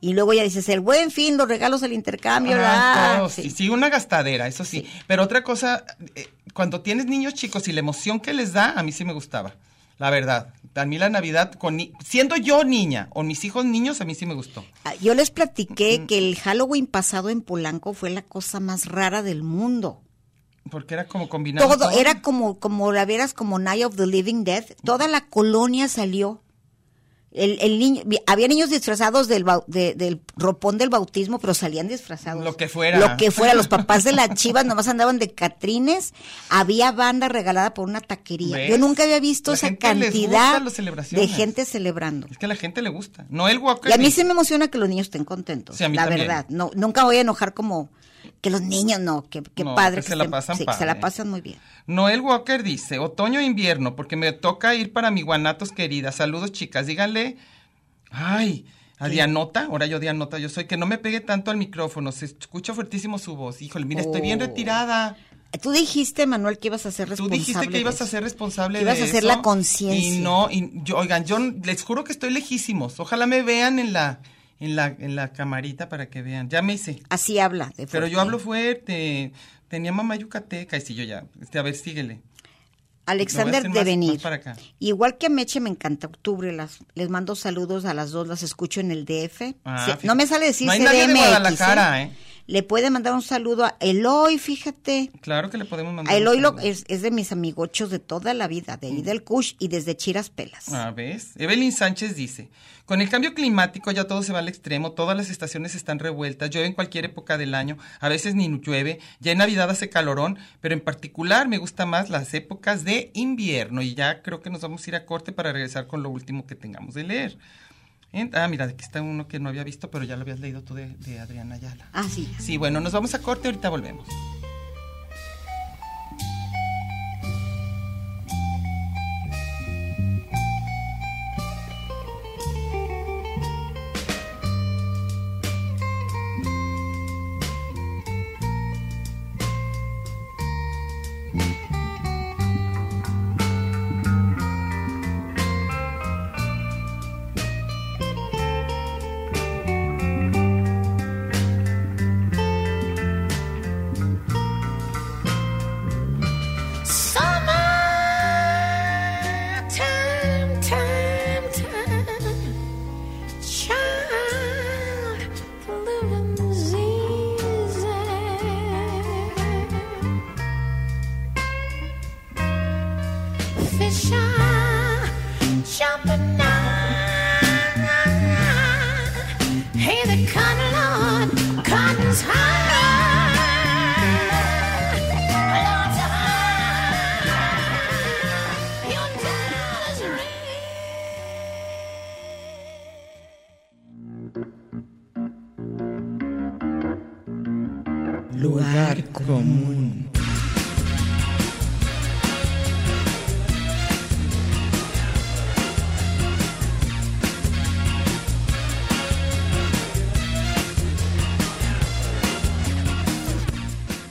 Speaker 3: Y luego ya dices, el buen fin, los regalos, el intercambio,
Speaker 2: Ah,
Speaker 3: la...
Speaker 2: todo, sí. sí, una gastadera, eso sí. Pero otra cosa, eh, cuando tienes niños chicos y la emoción que les da, a mí sí me gustaba. La verdad. A mí la Navidad, con ni- siendo yo niña o mis hijos niños, a mí sí me gustó.
Speaker 3: Ah, Yo les platiqué que el Halloween pasado en Polanco fue la cosa más rara del mundo.
Speaker 2: Porque era como combinado.
Speaker 3: todo era como como la veras como Night of the Living Dead toda la colonia salió el, el niño vi- había niños disfrazados del bau- de- del ropón del bautismo pero salían disfrazados
Speaker 2: Lo que fuera.
Speaker 3: lo que fuera los papás de las chivas nomás andaban de catrines había banda regalada por una taquería
Speaker 2: ¿Ves?
Speaker 3: yo nunca había visto
Speaker 2: La
Speaker 3: esa
Speaker 2: gente les gusta
Speaker 3: cantidad
Speaker 2: las celebraciones.
Speaker 3: de gente celebrando
Speaker 2: Es que a la gente le gusta. No el Walker.
Speaker 3: y a mí
Speaker 2: ni-
Speaker 3: sí me emociona que los niños estén contentos
Speaker 2: Sí, a mí
Speaker 3: la
Speaker 2: también.
Speaker 3: verdad no nunca voy a enojar como que los niños no que, que
Speaker 2: No,
Speaker 3: padre
Speaker 2: que se la pasan
Speaker 3: sí, que se la
Speaker 2: padre.
Speaker 3: pasan muy bien
Speaker 2: Noel Walker dice, otoño e invierno, porque me toca ir para mi guanatos querida. Saludos, chicas. Díganle, ay, a Dianota, ahora yo Dianota, yo soy, que no me pegue tanto al micrófono. Se escucha fuertísimo su voz. Híjole, mira, estoy bien
Speaker 3: Oh.
Speaker 2: retirada.
Speaker 3: Tú dijiste, Manuel, que ibas a ser
Speaker 2: Tú
Speaker 3: responsable.
Speaker 2: dijiste que
Speaker 3: de
Speaker 2: ibas a
Speaker 3: eso.
Speaker 2: ser responsable
Speaker 3: Que ibas
Speaker 2: de
Speaker 3: a hacer
Speaker 2: eso,
Speaker 3: la conciencia.
Speaker 2: Y no, y yo, oigan, yo les juro que estoy lejísimos. Ojalá me vean en la, en la, en la camarita para que vean. Ya me hice.
Speaker 3: Así habla. de
Speaker 2: Pero
Speaker 3: fuerte.
Speaker 2: yo hablo fuerte. Tenía mamá yucateca y sí, yo ya. Este, a ver, síguele.
Speaker 3: Alexander
Speaker 2: Lo voy a hacer más-
Speaker 3: de venir.
Speaker 2: más para acá.
Speaker 3: Igual que a Meche me encanta octubre. Las, les mando saludos a las dos. Las escucho en el DF.
Speaker 2: Ah,
Speaker 3: Sí,
Speaker 2: fíjate.
Speaker 3: no me sale decir
Speaker 2: No hay nadie de
Speaker 3: CDMX,
Speaker 2: Guadalajara, ¿eh?
Speaker 3: Le puede mandar un saludo a Eloy, fíjate.
Speaker 2: Claro que le podemos mandar.
Speaker 3: A
Speaker 2: un
Speaker 3: Eloy lo-
Speaker 2: saludo. Mm.
Speaker 3: es, es de mis amigochos de toda la vida, de ahí del Cush y desde Chiras Pelas.
Speaker 2: A ver, Evelyn Sánchez dice, con el cambio climático ya todo se va al extremo, todas las estaciones están revueltas, llueve en cualquier época del año, a veces ni llueve, ya en Navidad hace calorón, pero en particular me gusta más las épocas de invierno y ya creo que nos vamos a ir a corte para regresar con lo último que tengamos de leer. En- ah, mira, aquí está uno que no había visto, pero ya lo habías leído tú de, de Adriana Ayala.
Speaker 3: Ah, sí.
Speaker 2: Sí, bueno, nos vamos a corte, ahorita volvemos. Lugar común.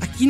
Speaker 2: Aquí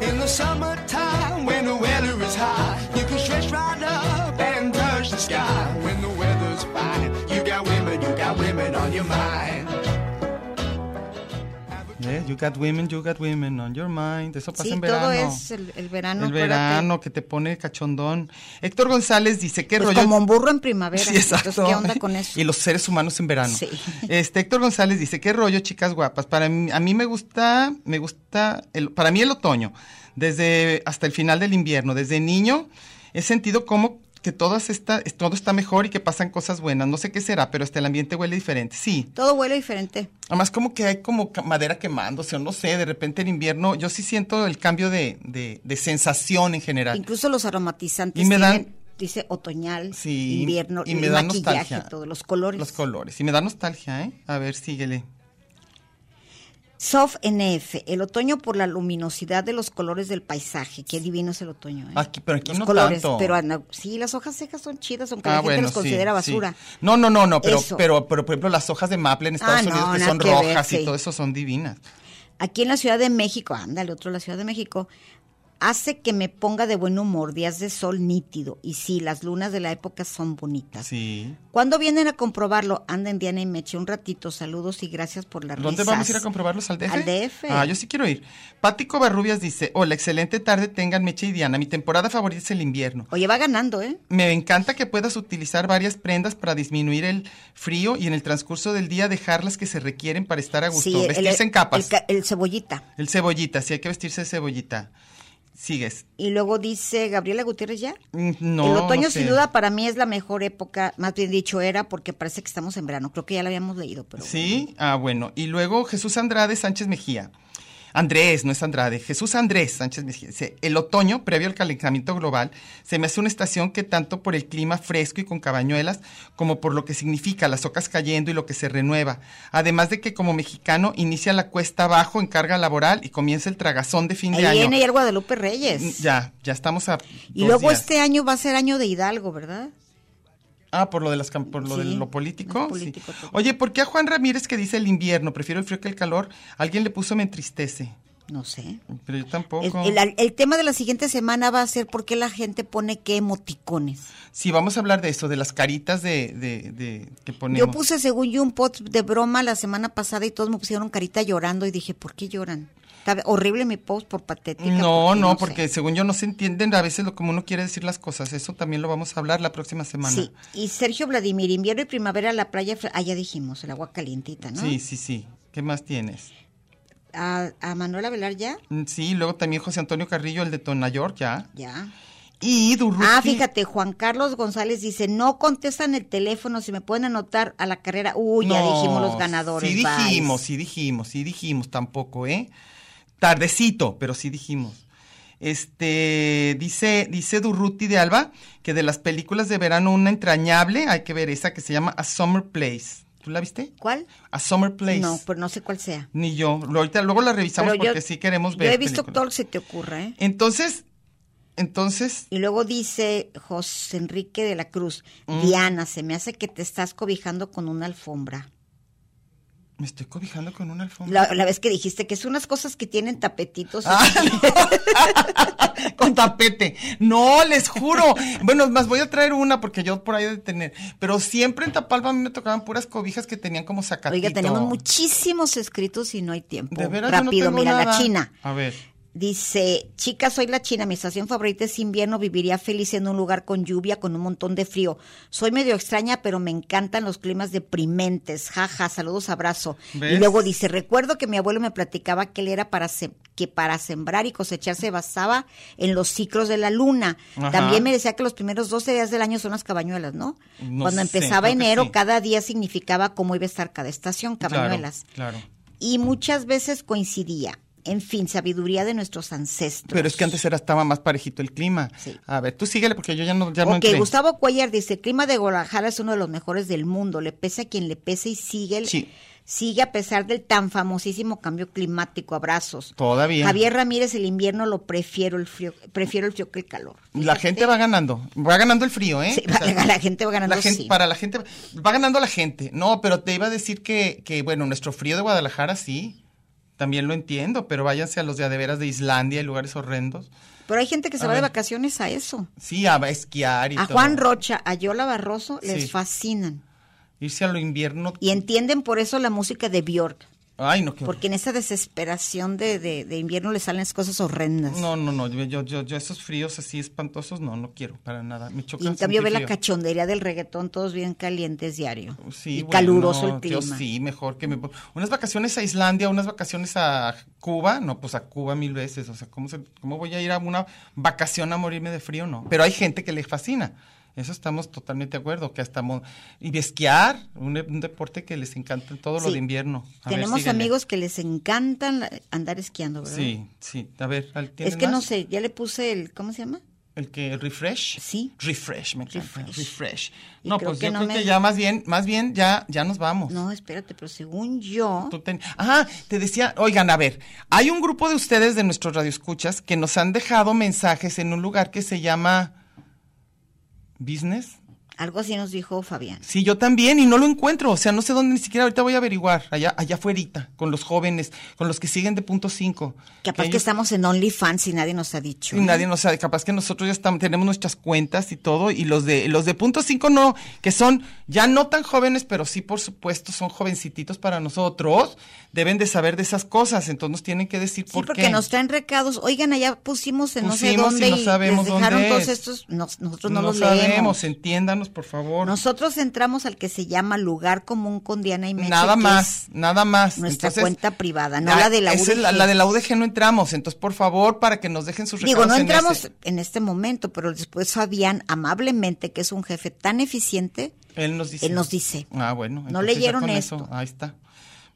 Speaker 7: In the summertime, when the weather is high, you can stretch right up and touch the sky. When the weather's fine, you got women, you got women on your mind.
Speaker 2: Yeah, ¿Eh? you got women, you got women on your mind. Eso pasa
Speaker 3: Sí,
Speaker 2: en verano.
Speaker 3: todo es el, el verano.
Speaker 2: el
Speaker 3: acuérdate.
Speaker 2: verano que te pone cachondón. Héctor González dice, ¿qué
Speaker 3: Pues
Speaker 2: rollo?
Speaker 3: como un burro en primavera.
Speaker 2: Sí, exacto.
Speaker 3: Entonces, ¿qué onda con eso?
Speaker 2: Y los seres humanos en verano.
Speaker 3: Sí.
Speaker 2: Este Héctor González dice, "Qué rollo, chicas guapas. Para mí, a mí me gusta, me gusta el para mí el otoño, desde hasta el final del invierno, desde niño he sentido como que todas esta, todo está mejor y que pasan cosas buenas. No sé qué será, pero hasta el ambiente huele diferente. Sí,
Speaker 3: Todo huele diferente.
Speaker 2: Además, como que hay como ca- madera quemándose, o no sé, de repente en invierno, yo sí siento el cambio de, de- de sensación en general.
Speaker 3: Incluso los aromatizantes
Speaker 2: Ah, Y me dan-
Speaker 3: tienen- dice otoñal,
Speaker 2: sí,
Speaker 3: invierno,
Speaker 2: y me
Speaker 3: el
Speaker 2: da
Speaker 3: maquillaje,
Speaker 2: nostalgia.
Speaker 3: todos los colores.
Speaker 2: Los colores. Y me da nostalgia, ¿eh? A ver, síguele.
Speaker 3: Soft NF, el otoño por la luminosidad de los colores del paisaje. Qué divino es el otoño. ¿eh?
Speaker 2: Aquí- pero aquí
Speaker 3: los
Speaker 2: Ah, no
Speaker 3: colores,
Speaker 2: tanto.
Speaker 3: pero Ana, sí, las hojas secas son chidas, aunque
Speaker 2: Ah,
Speaker 3: la gente
Speaker 2: bueno,
Speaker 3: los
Speaker 2: sí,
Speaker 3: considera
Speaker 2: sí.
Speaker 3: basura.
Speaker 2: No, no, no, no, pero,
Speaker 3: Eso.
Speaker 2: pero, pero, por ejemplo, las hojas de maple en Estados
Speaker 3: Ah, no,
Speaker 2: Unidos que
Speaker 3: nada
Speaker 2: son
Speaker 3: que ver,
Speaker 2: rojas y
Speaker 3: sí.
Speaker 2: todo eso son divinas.
Speaker 3: Aquí en la Ciudad de México, ándale, otro la Ciudad de México, hace que me ponga de buen humor, días de sol nítido. Y sí, las lunas de la época son bonitas.
Speaker 2: Sí.
Speaker 3: Cuando vienen a comprobarlo, anden Diana y Meche un ratito. Saludos y gracias por la
Speaker 2: ¿Dónde vamos a ir a comprobarlos? ¿Al DF?
Speaker 3: Al DF.
Speaker 2: Ah, yo sí quiero ir. Pático Barrubias dice, hola, excelente tarde, tengan Meche y Diana. Mi temporada favorita es el invierno.
Speaker 3: Oye, va ganando, ¿eh?
Speaker 2: Me encanta que puedas utilizar varias prendas para disminuir el frío y en el transcurso del día dejar las que se requieren para estar a gusto.
Speaker 3: el-
Speaker 2: vestirse
Speaker 3: el-
Speaker 2: en capas.
Speaker 3: El,
Speaker 2: El,
Speaker 3: ca- el cebollita.
Speaker 2: cebollita, sí hay que vestirse de cebollita. Sigues.
Speaker 3: Y luego dice Gabriela Gutiérrez ya.
Speaker 2: Mm, No.
Speaker 3: el
Speaker 2: no
Speaker 3: otoño
Speaker 2: sé.
Speaker 3: sin duda para mí es la mejor época, más bien dicho era, porque parece que estamos en verano. Creo que ya la habíamos leído, pero
Speaker 2: Sí, ah, bueno. Y luego Jesús Andrade Sánchez Mejía. Andrés, no es Andrade. Jesús Andrés Sánchez Mejía. Dice, el otoño, previo al calentamiento global, se me hace una estación que tanto por el clima fresco y con cabañuelas, como por lo que significa las ocas cayendo y lo que se renueva. Además de que como mexicano inicia la cuesta abajo en carga laboral y comienza el tragazón de fin
Speaker 3: bueno.
Speaker 2: de
Speaker 3: Ahí
Speaker 2: año. Mm,
Speaker 3: viene ya el Guadalupe Reyes.
Speaker 2: Ya, ya estamos a
Speaker 3: Y
Speaker 2: dos
Speaker 3: luego
Speaker 2: días.
Speaker 3: este año va a ser año de Hidalgo, ¿verdad?
Speaker 2: Ah, por lo de las cam- por lo de
Speaker 3: Sí,
Speaker 2: lo político.
Speaker 3: es
Speaker 2: sí.
Speaker 3: político todo.
Speaker 2: Oye, ¿por qué a Juan Ramírez que dice el invierno, prefiero el frío que el calor? Alguien le puso me entristece,
Speaker 3: No sé.
Speaker 2: pero yo
Speaker 3: El,
Speaker 2: tampoco.
Speaker 3: el- el tema de la siguiente semana va a ser por qué la gente pone qué emoticones.
Speaker 2: Sí, vamos a hablar de eso, de las caritas de, de- de- que ponemos.
Speaker 3: Yo puse, según yo, un pot de broma la semana pasada y todos me pusieron carita llorando y dije, ¿por qué lloran? Está horrible mi post por patética.
Speaker 2: no, no,
Speaker 3: sé.
Speaker 2: porque según yo no se entienden a veces lo como uno quiere decir las cosas. Eso también lo vamos a hablar la próxima semana.
Speaker 3: Sí, y Sergio Vladimir, invierno y primavera, la playa, fre- ah, ya dijimos, el agua calientita, ¿no?
Speaker 2: sí, sí, sí. ¿Qué más tienes?
Speaker 3: A, a Manuela Velar ya,
Speaker 2: Mm, Sí, luego también José Antonio Carrillo, el de Tonayor, ya.
Speaker 3: ya.
Speaker 2: Y Durruti.
Speaker 3: Ah, fíjate, Juan Carlos González dice, no contestan el teléfono, si me pueden anotar a la carrera. Uy, ya
Speaker 2: No,
Speaker 3: dijimos los ganadores.
Speaker 2: Sí
Speaker 3: bye.
Speaker 2: dijimos, sí dijimos, sí dijimos tampoco, ¿eh? Tardecito, pero sí dijimos. Este, dice, dice Durruti de Alba que de las películas de verano una entrañable, hay que ver esa que se llama A Summer Place. ¿Tú la viste?
Speaker 3: ¿Cuál?
Speaker 2: A Summer Place.
Speaker 3: No, pero no sé cuál sea.
Speaker 2: Ni yo. Lo- Ahorita luego la revisamos
Speaker 3: Pero yo-
Speaker 2: porque sí queremos ver.
Speaker 3: Yo he visto
Speaker 2: películas.
Speaker 3: todo lo que se te ocurra, ¿eh?
Speaker 2: Entonces, entonces,
Speaker 3: Y luego dice José Enrique de la Cruz,
Speaker 2: Mm.
Speaker 3: Diana, se me hace que te estás cobijando con una alfombra.
Speaker 2: me estoy cobijando con una alfombra.
Speaker 3: La, la vez que dijiste que es unas cosas que tienen tapetitos.
Speaker 2: Ah, no. Con tapete. No, les juro. Bueno, más voy a traer una porque yo por ahí he de tener. Pero siempre en Tapalpa a mí me tocaban puras cobijas que tenían como sacatito.
Speaker 3: Oiga, tenemos muchísimos escritos y no hay tiempo.
Speaker 2: De veras, yo no
Speaker 3: Rápido,
Speaker 2: tengo
Speaker 3: mira, la
Speaker 2: nada.
Speaker 3: China.
Speaker 2: A ver.
Speaker 3: Dice, chica, soy la China, mi estación favorita es invierno, viviría feliz en un lugar con lluvia, con un montón de frío. Soy medio extraña, pero me encantan los climas deprimentes. Jaja, saludos, abrazo. Y
Speaker 2: ¿Ves?
Speaker 3: luego dice, recuerdo que mi abuelo me platicaba que él era para sem- que para sembrar y cosechar se basaba en los ciclos de la luna.
Speaker 2: Ajá.
Speaker 3: También me decía que los primeros 12 días del año son las cabañuelas, ¿no?
Speaker 2: No sé,
Speaker 3: Cuando empezaba
Speaker 2: creo que
Speaker 3: enero,
Speaker 2: sí.
Speaker 3: cada día significaba cómo iba a estar cada estación, cabañuelas
Speaker 2: Claro, claro.
Speaker 3: y muchas veces coincidía. En fin, sabiduría de nuestros ancestros.
Speaker 2: Pero es que antes era, estaba más parejito el clima.
Speaker 3: Sí.
Speaker 2: A ver, tú síguele porque yo ya no, ya no
Speaker 3: Ok,
Speaker 2: entré.
Speaker 3: Gustavo Cuellar dice, el clima de Guadalajara es uno de los mejores del mundo, le pese a quien le pese y sigue, el-
Speaker 2: Sí.
Speaker 3: sigue a pesar del tan famosísimo cambio climático, abrazos.
Speaker 2: Todavía.
Speaker 3: Javier Ramírez, el invierno lo prefiero, el frío, prefiero el frío que el calor.
Speaker 2: La gente va ganando, va ganando el frío, ¿eh?
Speaker 3: Sí,
Speaker 2: O sea,
Speaker 3: la gente va ganando,
Speaker 2: la gente-
Speaker 3: sí.
Speaker 2: Para la gente, va ganando la gente. No, pero te iba a decir que, que, bueno, nuestro frío de Guadalajara sí, también lo entiendo, pero váyanse a los de adeveras de Islandia y lugares horrendos.
Speaker 3: Pero hay gente que
Speaker 2: A
Speaker 3: se va de
Speaker 2: ver.
Speaker 3: vacaciones a eso.
Speaker 2: Sí, a esquiar y
Speaker 3: A
Speaker 2: todo.
Speaker 3: Juan Rocha, a Yola Barroso, les
Speaker 2: Sí.
Speaker 3: fascinan.
Speaker 2: Irse a lo invierno.
Speaker 3: Y entienden por eso la música de Björk.
Speaker 2: Ay, no, qué
Speaker 3: Porque en esa desesperación de, de- de invierno le salen las cosas horrendas.
Speaker 2: No, no, no, yo, yo, yo, yo esos fríos así espantosos, no, no quiero, para nada. Me choca
Speaker 3: y en cambio ve
Speaker 2: sentir
Speaker 3: la
Speaker 2: frío.
Speaker 3: cachondería del reggaetón, todos bien calientes diario.
Speaker 2: Sí,
Speaker 3: y
Speaker 2: bueno,
Speaker 3: caluroso el
Speaker 2: yo
Speaker 3: clima.
Speaker 2: sí, mejor que me... Unas vacaciones a Islandia, unas vacaciones a Cuba, no, pues a Cuba mil veces, o sea, ¿cómo, se- cómo voy a ir a una vacación a morirme de frío? No, pero hay gente que le fascina, eso estamos totalmente de acuerdo, que estamos... Y esquiar, un, un deporte que les encanta todo lo
Speaker 3: Sí.
Speaker 2: de invierno. A ver,
Speaker 3: Tenemos
Speaker 2: síguele.
Speaker 3: amigos que les encantan la- andar esquiando, ¿verdad?
Speaker 2: Sí, sí, a ver, ¿al-
Speaker 3: Es
Speaker 2: ¿tienes
Speaker 3: que no
Speaker 2: más?
Speaker 3: sé, ya le puse el, ¿cómo se llama?
Speaker 2: ¿El que el refresh?
Speaker 3: Sí.
Speaker 2: Refresh, me encanta.
Speaker 3: Refresh.
Speaker 2: Refresh.
Speaker 3: Y
Speaker 2: No,
Speaker 3: creo
Speaker 2: pues
Speaker 3: que
Speaker 2: yo
Speaker 3: no
Speaker 2: creo
Speaker 3: me-
Speaker 2: que ya más bien, más bien ya, ya nos vamos.
Speaker 3: No, espérate, pero según yo,
Speaker 2: Tú ten- Ah, te decía, oigan, a ver, hay un grupo de ustedes de nuestros radioescuchas que nos han dejado mensajes en un lugar que se llama Business.
Speaker 3: algo así nos dijo Fabián.
Speaker 2: Sí, yo también, y no lo encuentro, o sea, no sé dónde, ni siquiera ahorita voy a averiguar, allá, allá afuerita, con los jóvenes, con los que siguen de punto cinco.
Speaker 3: Capaz que,
Speaker 2: ellos-
Speaker 3: estamos en OnlyFans y nadie nos ha dicho.
Speaker 2: Y
Speaker 3: ¿eh?
Speaker 2: nadie nos sabe, capaz que nosotros ya estamos, tenemos nuestras cuentas y todo, y los de, los de punto cinco no, que son ya no tan jóvenes, pero sí por supuesto son jovencititos para nosotros, deben de saber de esas cosas, entonces nos tienen que decir
Speaker 3: Sí,
Speaker 2: por
Speaker 3: porque
Speaker 2: qué.
Speaker 3: nos traen recados. Oigan, allá pusimos en no
Speaker 2: Pusimos
Speaker 3: sé
Speaker 2: y
Speaker 3: dónde
Speaker 2: no
Speaker 3: y
Speaker 2: sabemos
Speaker 3: les dejaron
Speaker 2: dónde
Speaker 3: todos
Speaker 2: es.
Speaker 3: estos. nos- nosotros no,
Speaker 2: No
Speaker 3: los
Speaker 2: sabemos,
Speaker 3: leemos.
Speaker 2: entiéndanos, por favor.
Speaker 3: Nosotros entramos al que se llama Lugar Común con Diana y Meche,
Speaker 2: Nada
Speaker 3: que
Speaker 2: más, nada más.
Speaker 3: es nuestra
Speaker 2: Entonces,
Speaker 3: cuenta privada, no
Speaker 2: ah,
Speaker 3: la de la
Speaker 2: esa es
Speaker 3: UDG.
Speaker 2: la, la de la UDG no entramos, entonces por favor, para que nos dejen sus
Speaker 3: Digo,
Speaker 2: recados
Speaker 3: no
Speaker 2: en
Speaker 3: entramos
Speaker 2: ese.
Speaker 3: en, este momento, pero después Fabián, amablemente, que es un jefe tan eficiente,
Speaker 2: Él nos dice.
Speaker 3: Él nos dice.
Speaker 2: Ah, bueno.
Speaker 3: No
Speaker 2: entonces ya
Speaker 3: leyeron
Speaker 2: con
Speaker 3: esto.
Speaker 2: Ahí está.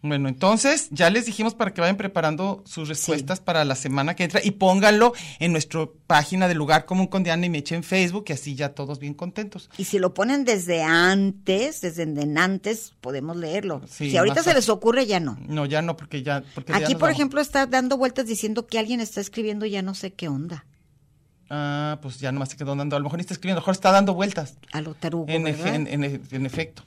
Speaker 2: Bueno, entonces ya les dijimos para que vayan preparando sus respuestas para la semana que entra y pónganlo en nuestra página de Lugar Común con Diana y Meche en Facebook y así ya todos bien contentos.
Speaker 3: y si lo ponen desde antes, desde en antes, podemos leerlo.
Speaker 2: Sí,
Speaker 3: si ahorita
Speaker 2: más
Speaker 3: se
Speaker 2: fácil.
Speaker 3: les ocurre, ya no.
Speaker 2: No, ya no, porque ya... Porque ya
Speaker 3: Aquí,
Speaker 2: nos
Speaker 3: por
Speaker 2: vamos.
Speaker 3: ejemplo, está dando vueltas diciendo que alguien está escribiendo ya no sé qué onda.
Speaker 2: Ah, pues ya nomás se quedó dando, a lo mejor ni está escribiendo, a lo mejor está dando vueltas.
Speaker 3: A lo tarugo,
Speaker 2: En, eje-
Speaker 3: Uh, ¿verdad?
Speaker 2: en- en- en efecto.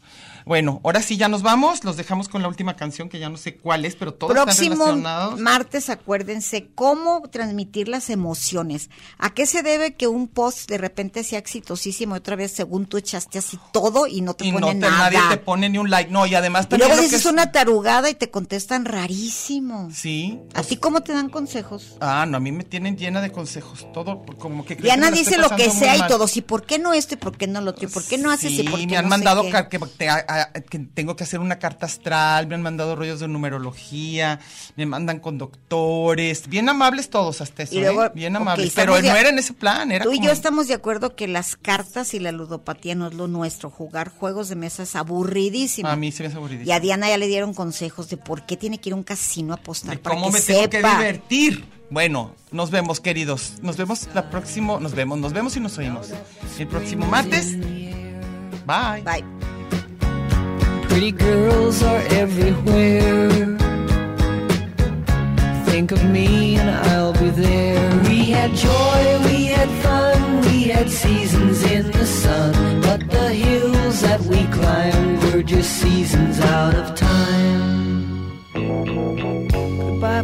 Speaker 2: Bueno, ahora sí ya nos vamos, los dejamos con la última canción que ya no sé cuál es, pero todos están
Speaker 3: Próximo
Speaker 2: relacionados.
Speaker 3: martes, acuérdense cómo transmitir las emociones. ¿A qué se debe que un post de repente sea exitosísimo y otra vez según tú echaste así todo y no te
Speaker 2: y no
Speaker 3: pone
Speaker 2: te-
Speaker 3: nada?
Speaker 2: nadie te pone ni un like. No, y además
Speaker 3: y
Speaker 2: también
Speaker 3: luego
Speaker 2: lo que
Speaker 3: dices
Speaker 2: es-
Speaker 3: una tarugada y te contestan rarísimo.
Speaker 2: Sí.
Speaker 3: ¿A ti cómo te dan consejos?
Speaker 2: Ah, no, a mí me tienen llena de consejos. Todo por- como que... creo que me
Speaker 3: Diana
Speaker 2: la estoy
Speaker 3: dice lo que
Speaker 2: pasando muy
Speaker 3: sea y
Speaker 2: mal.
Speaker 3: todos. ¿Y por qué no esto? ¿Y por qué no lo otro? ¿Y por qué no haces?
Speaker 2: Sí,
Speaker 3: ¿Y por qué
Speaker 2: me han
Speaker 3: no sé
Speaker 2: mandado
Speaker 3: qué?
Speaker 2: car- que, te- a- a- que tengo que hacer una carta astral, me han mandado rollos de numerología, me mandan con doctores, bien amables todos hasta eso,
Speaker 3: Y luego,
Speaker 2: ¿eh? bien
Speaker 3: ok,
Speaker 2: amables,
Speaker 3: estamos
Speaker 2: pero
Speaker 3: de-
Speaker 2: no era en ese plan, era
Speaker 3: Tú y
Speaker 2: como-
Speaker 3: yo estamos de acuerdo que las cartas y la ludopatía no es lo nuestro. Jugar juegos de mesa es aburridísimo.
Speaker 2: A mí se me hace aburridísimo.
Speaker 3: Y a Diana ya le dieron consejos de por qué tiene que ir a un casino a apostar
Speaker 2: de
Speaker 3: para
Speaker 2: cómo
Speaker 3: que
Speaker 2: me tengo
Speaker 3: sepa.
Speaker 2: que divertir. Bueno, nos vemos, queridos. Nos vemos la próxima, nos vemos, nos vemos y nos oímos el próximo martes. Bye.
Speaker 3: Bye.
Speaker 8: Pretty girls are everywhere. Think of me and I'll be there. We had joy, we had fun, we had seasons in the sun. But the hills that we climbed were just seasons out of time. Goodbye,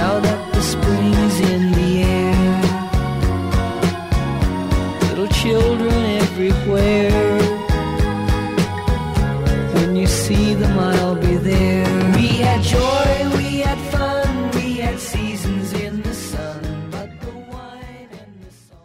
Speaker 8: Now that the spring is in the air little children everywhere. When you see them, I'll be there. We had joy, we had fun, we had seasons in the sun, but the wine and the song.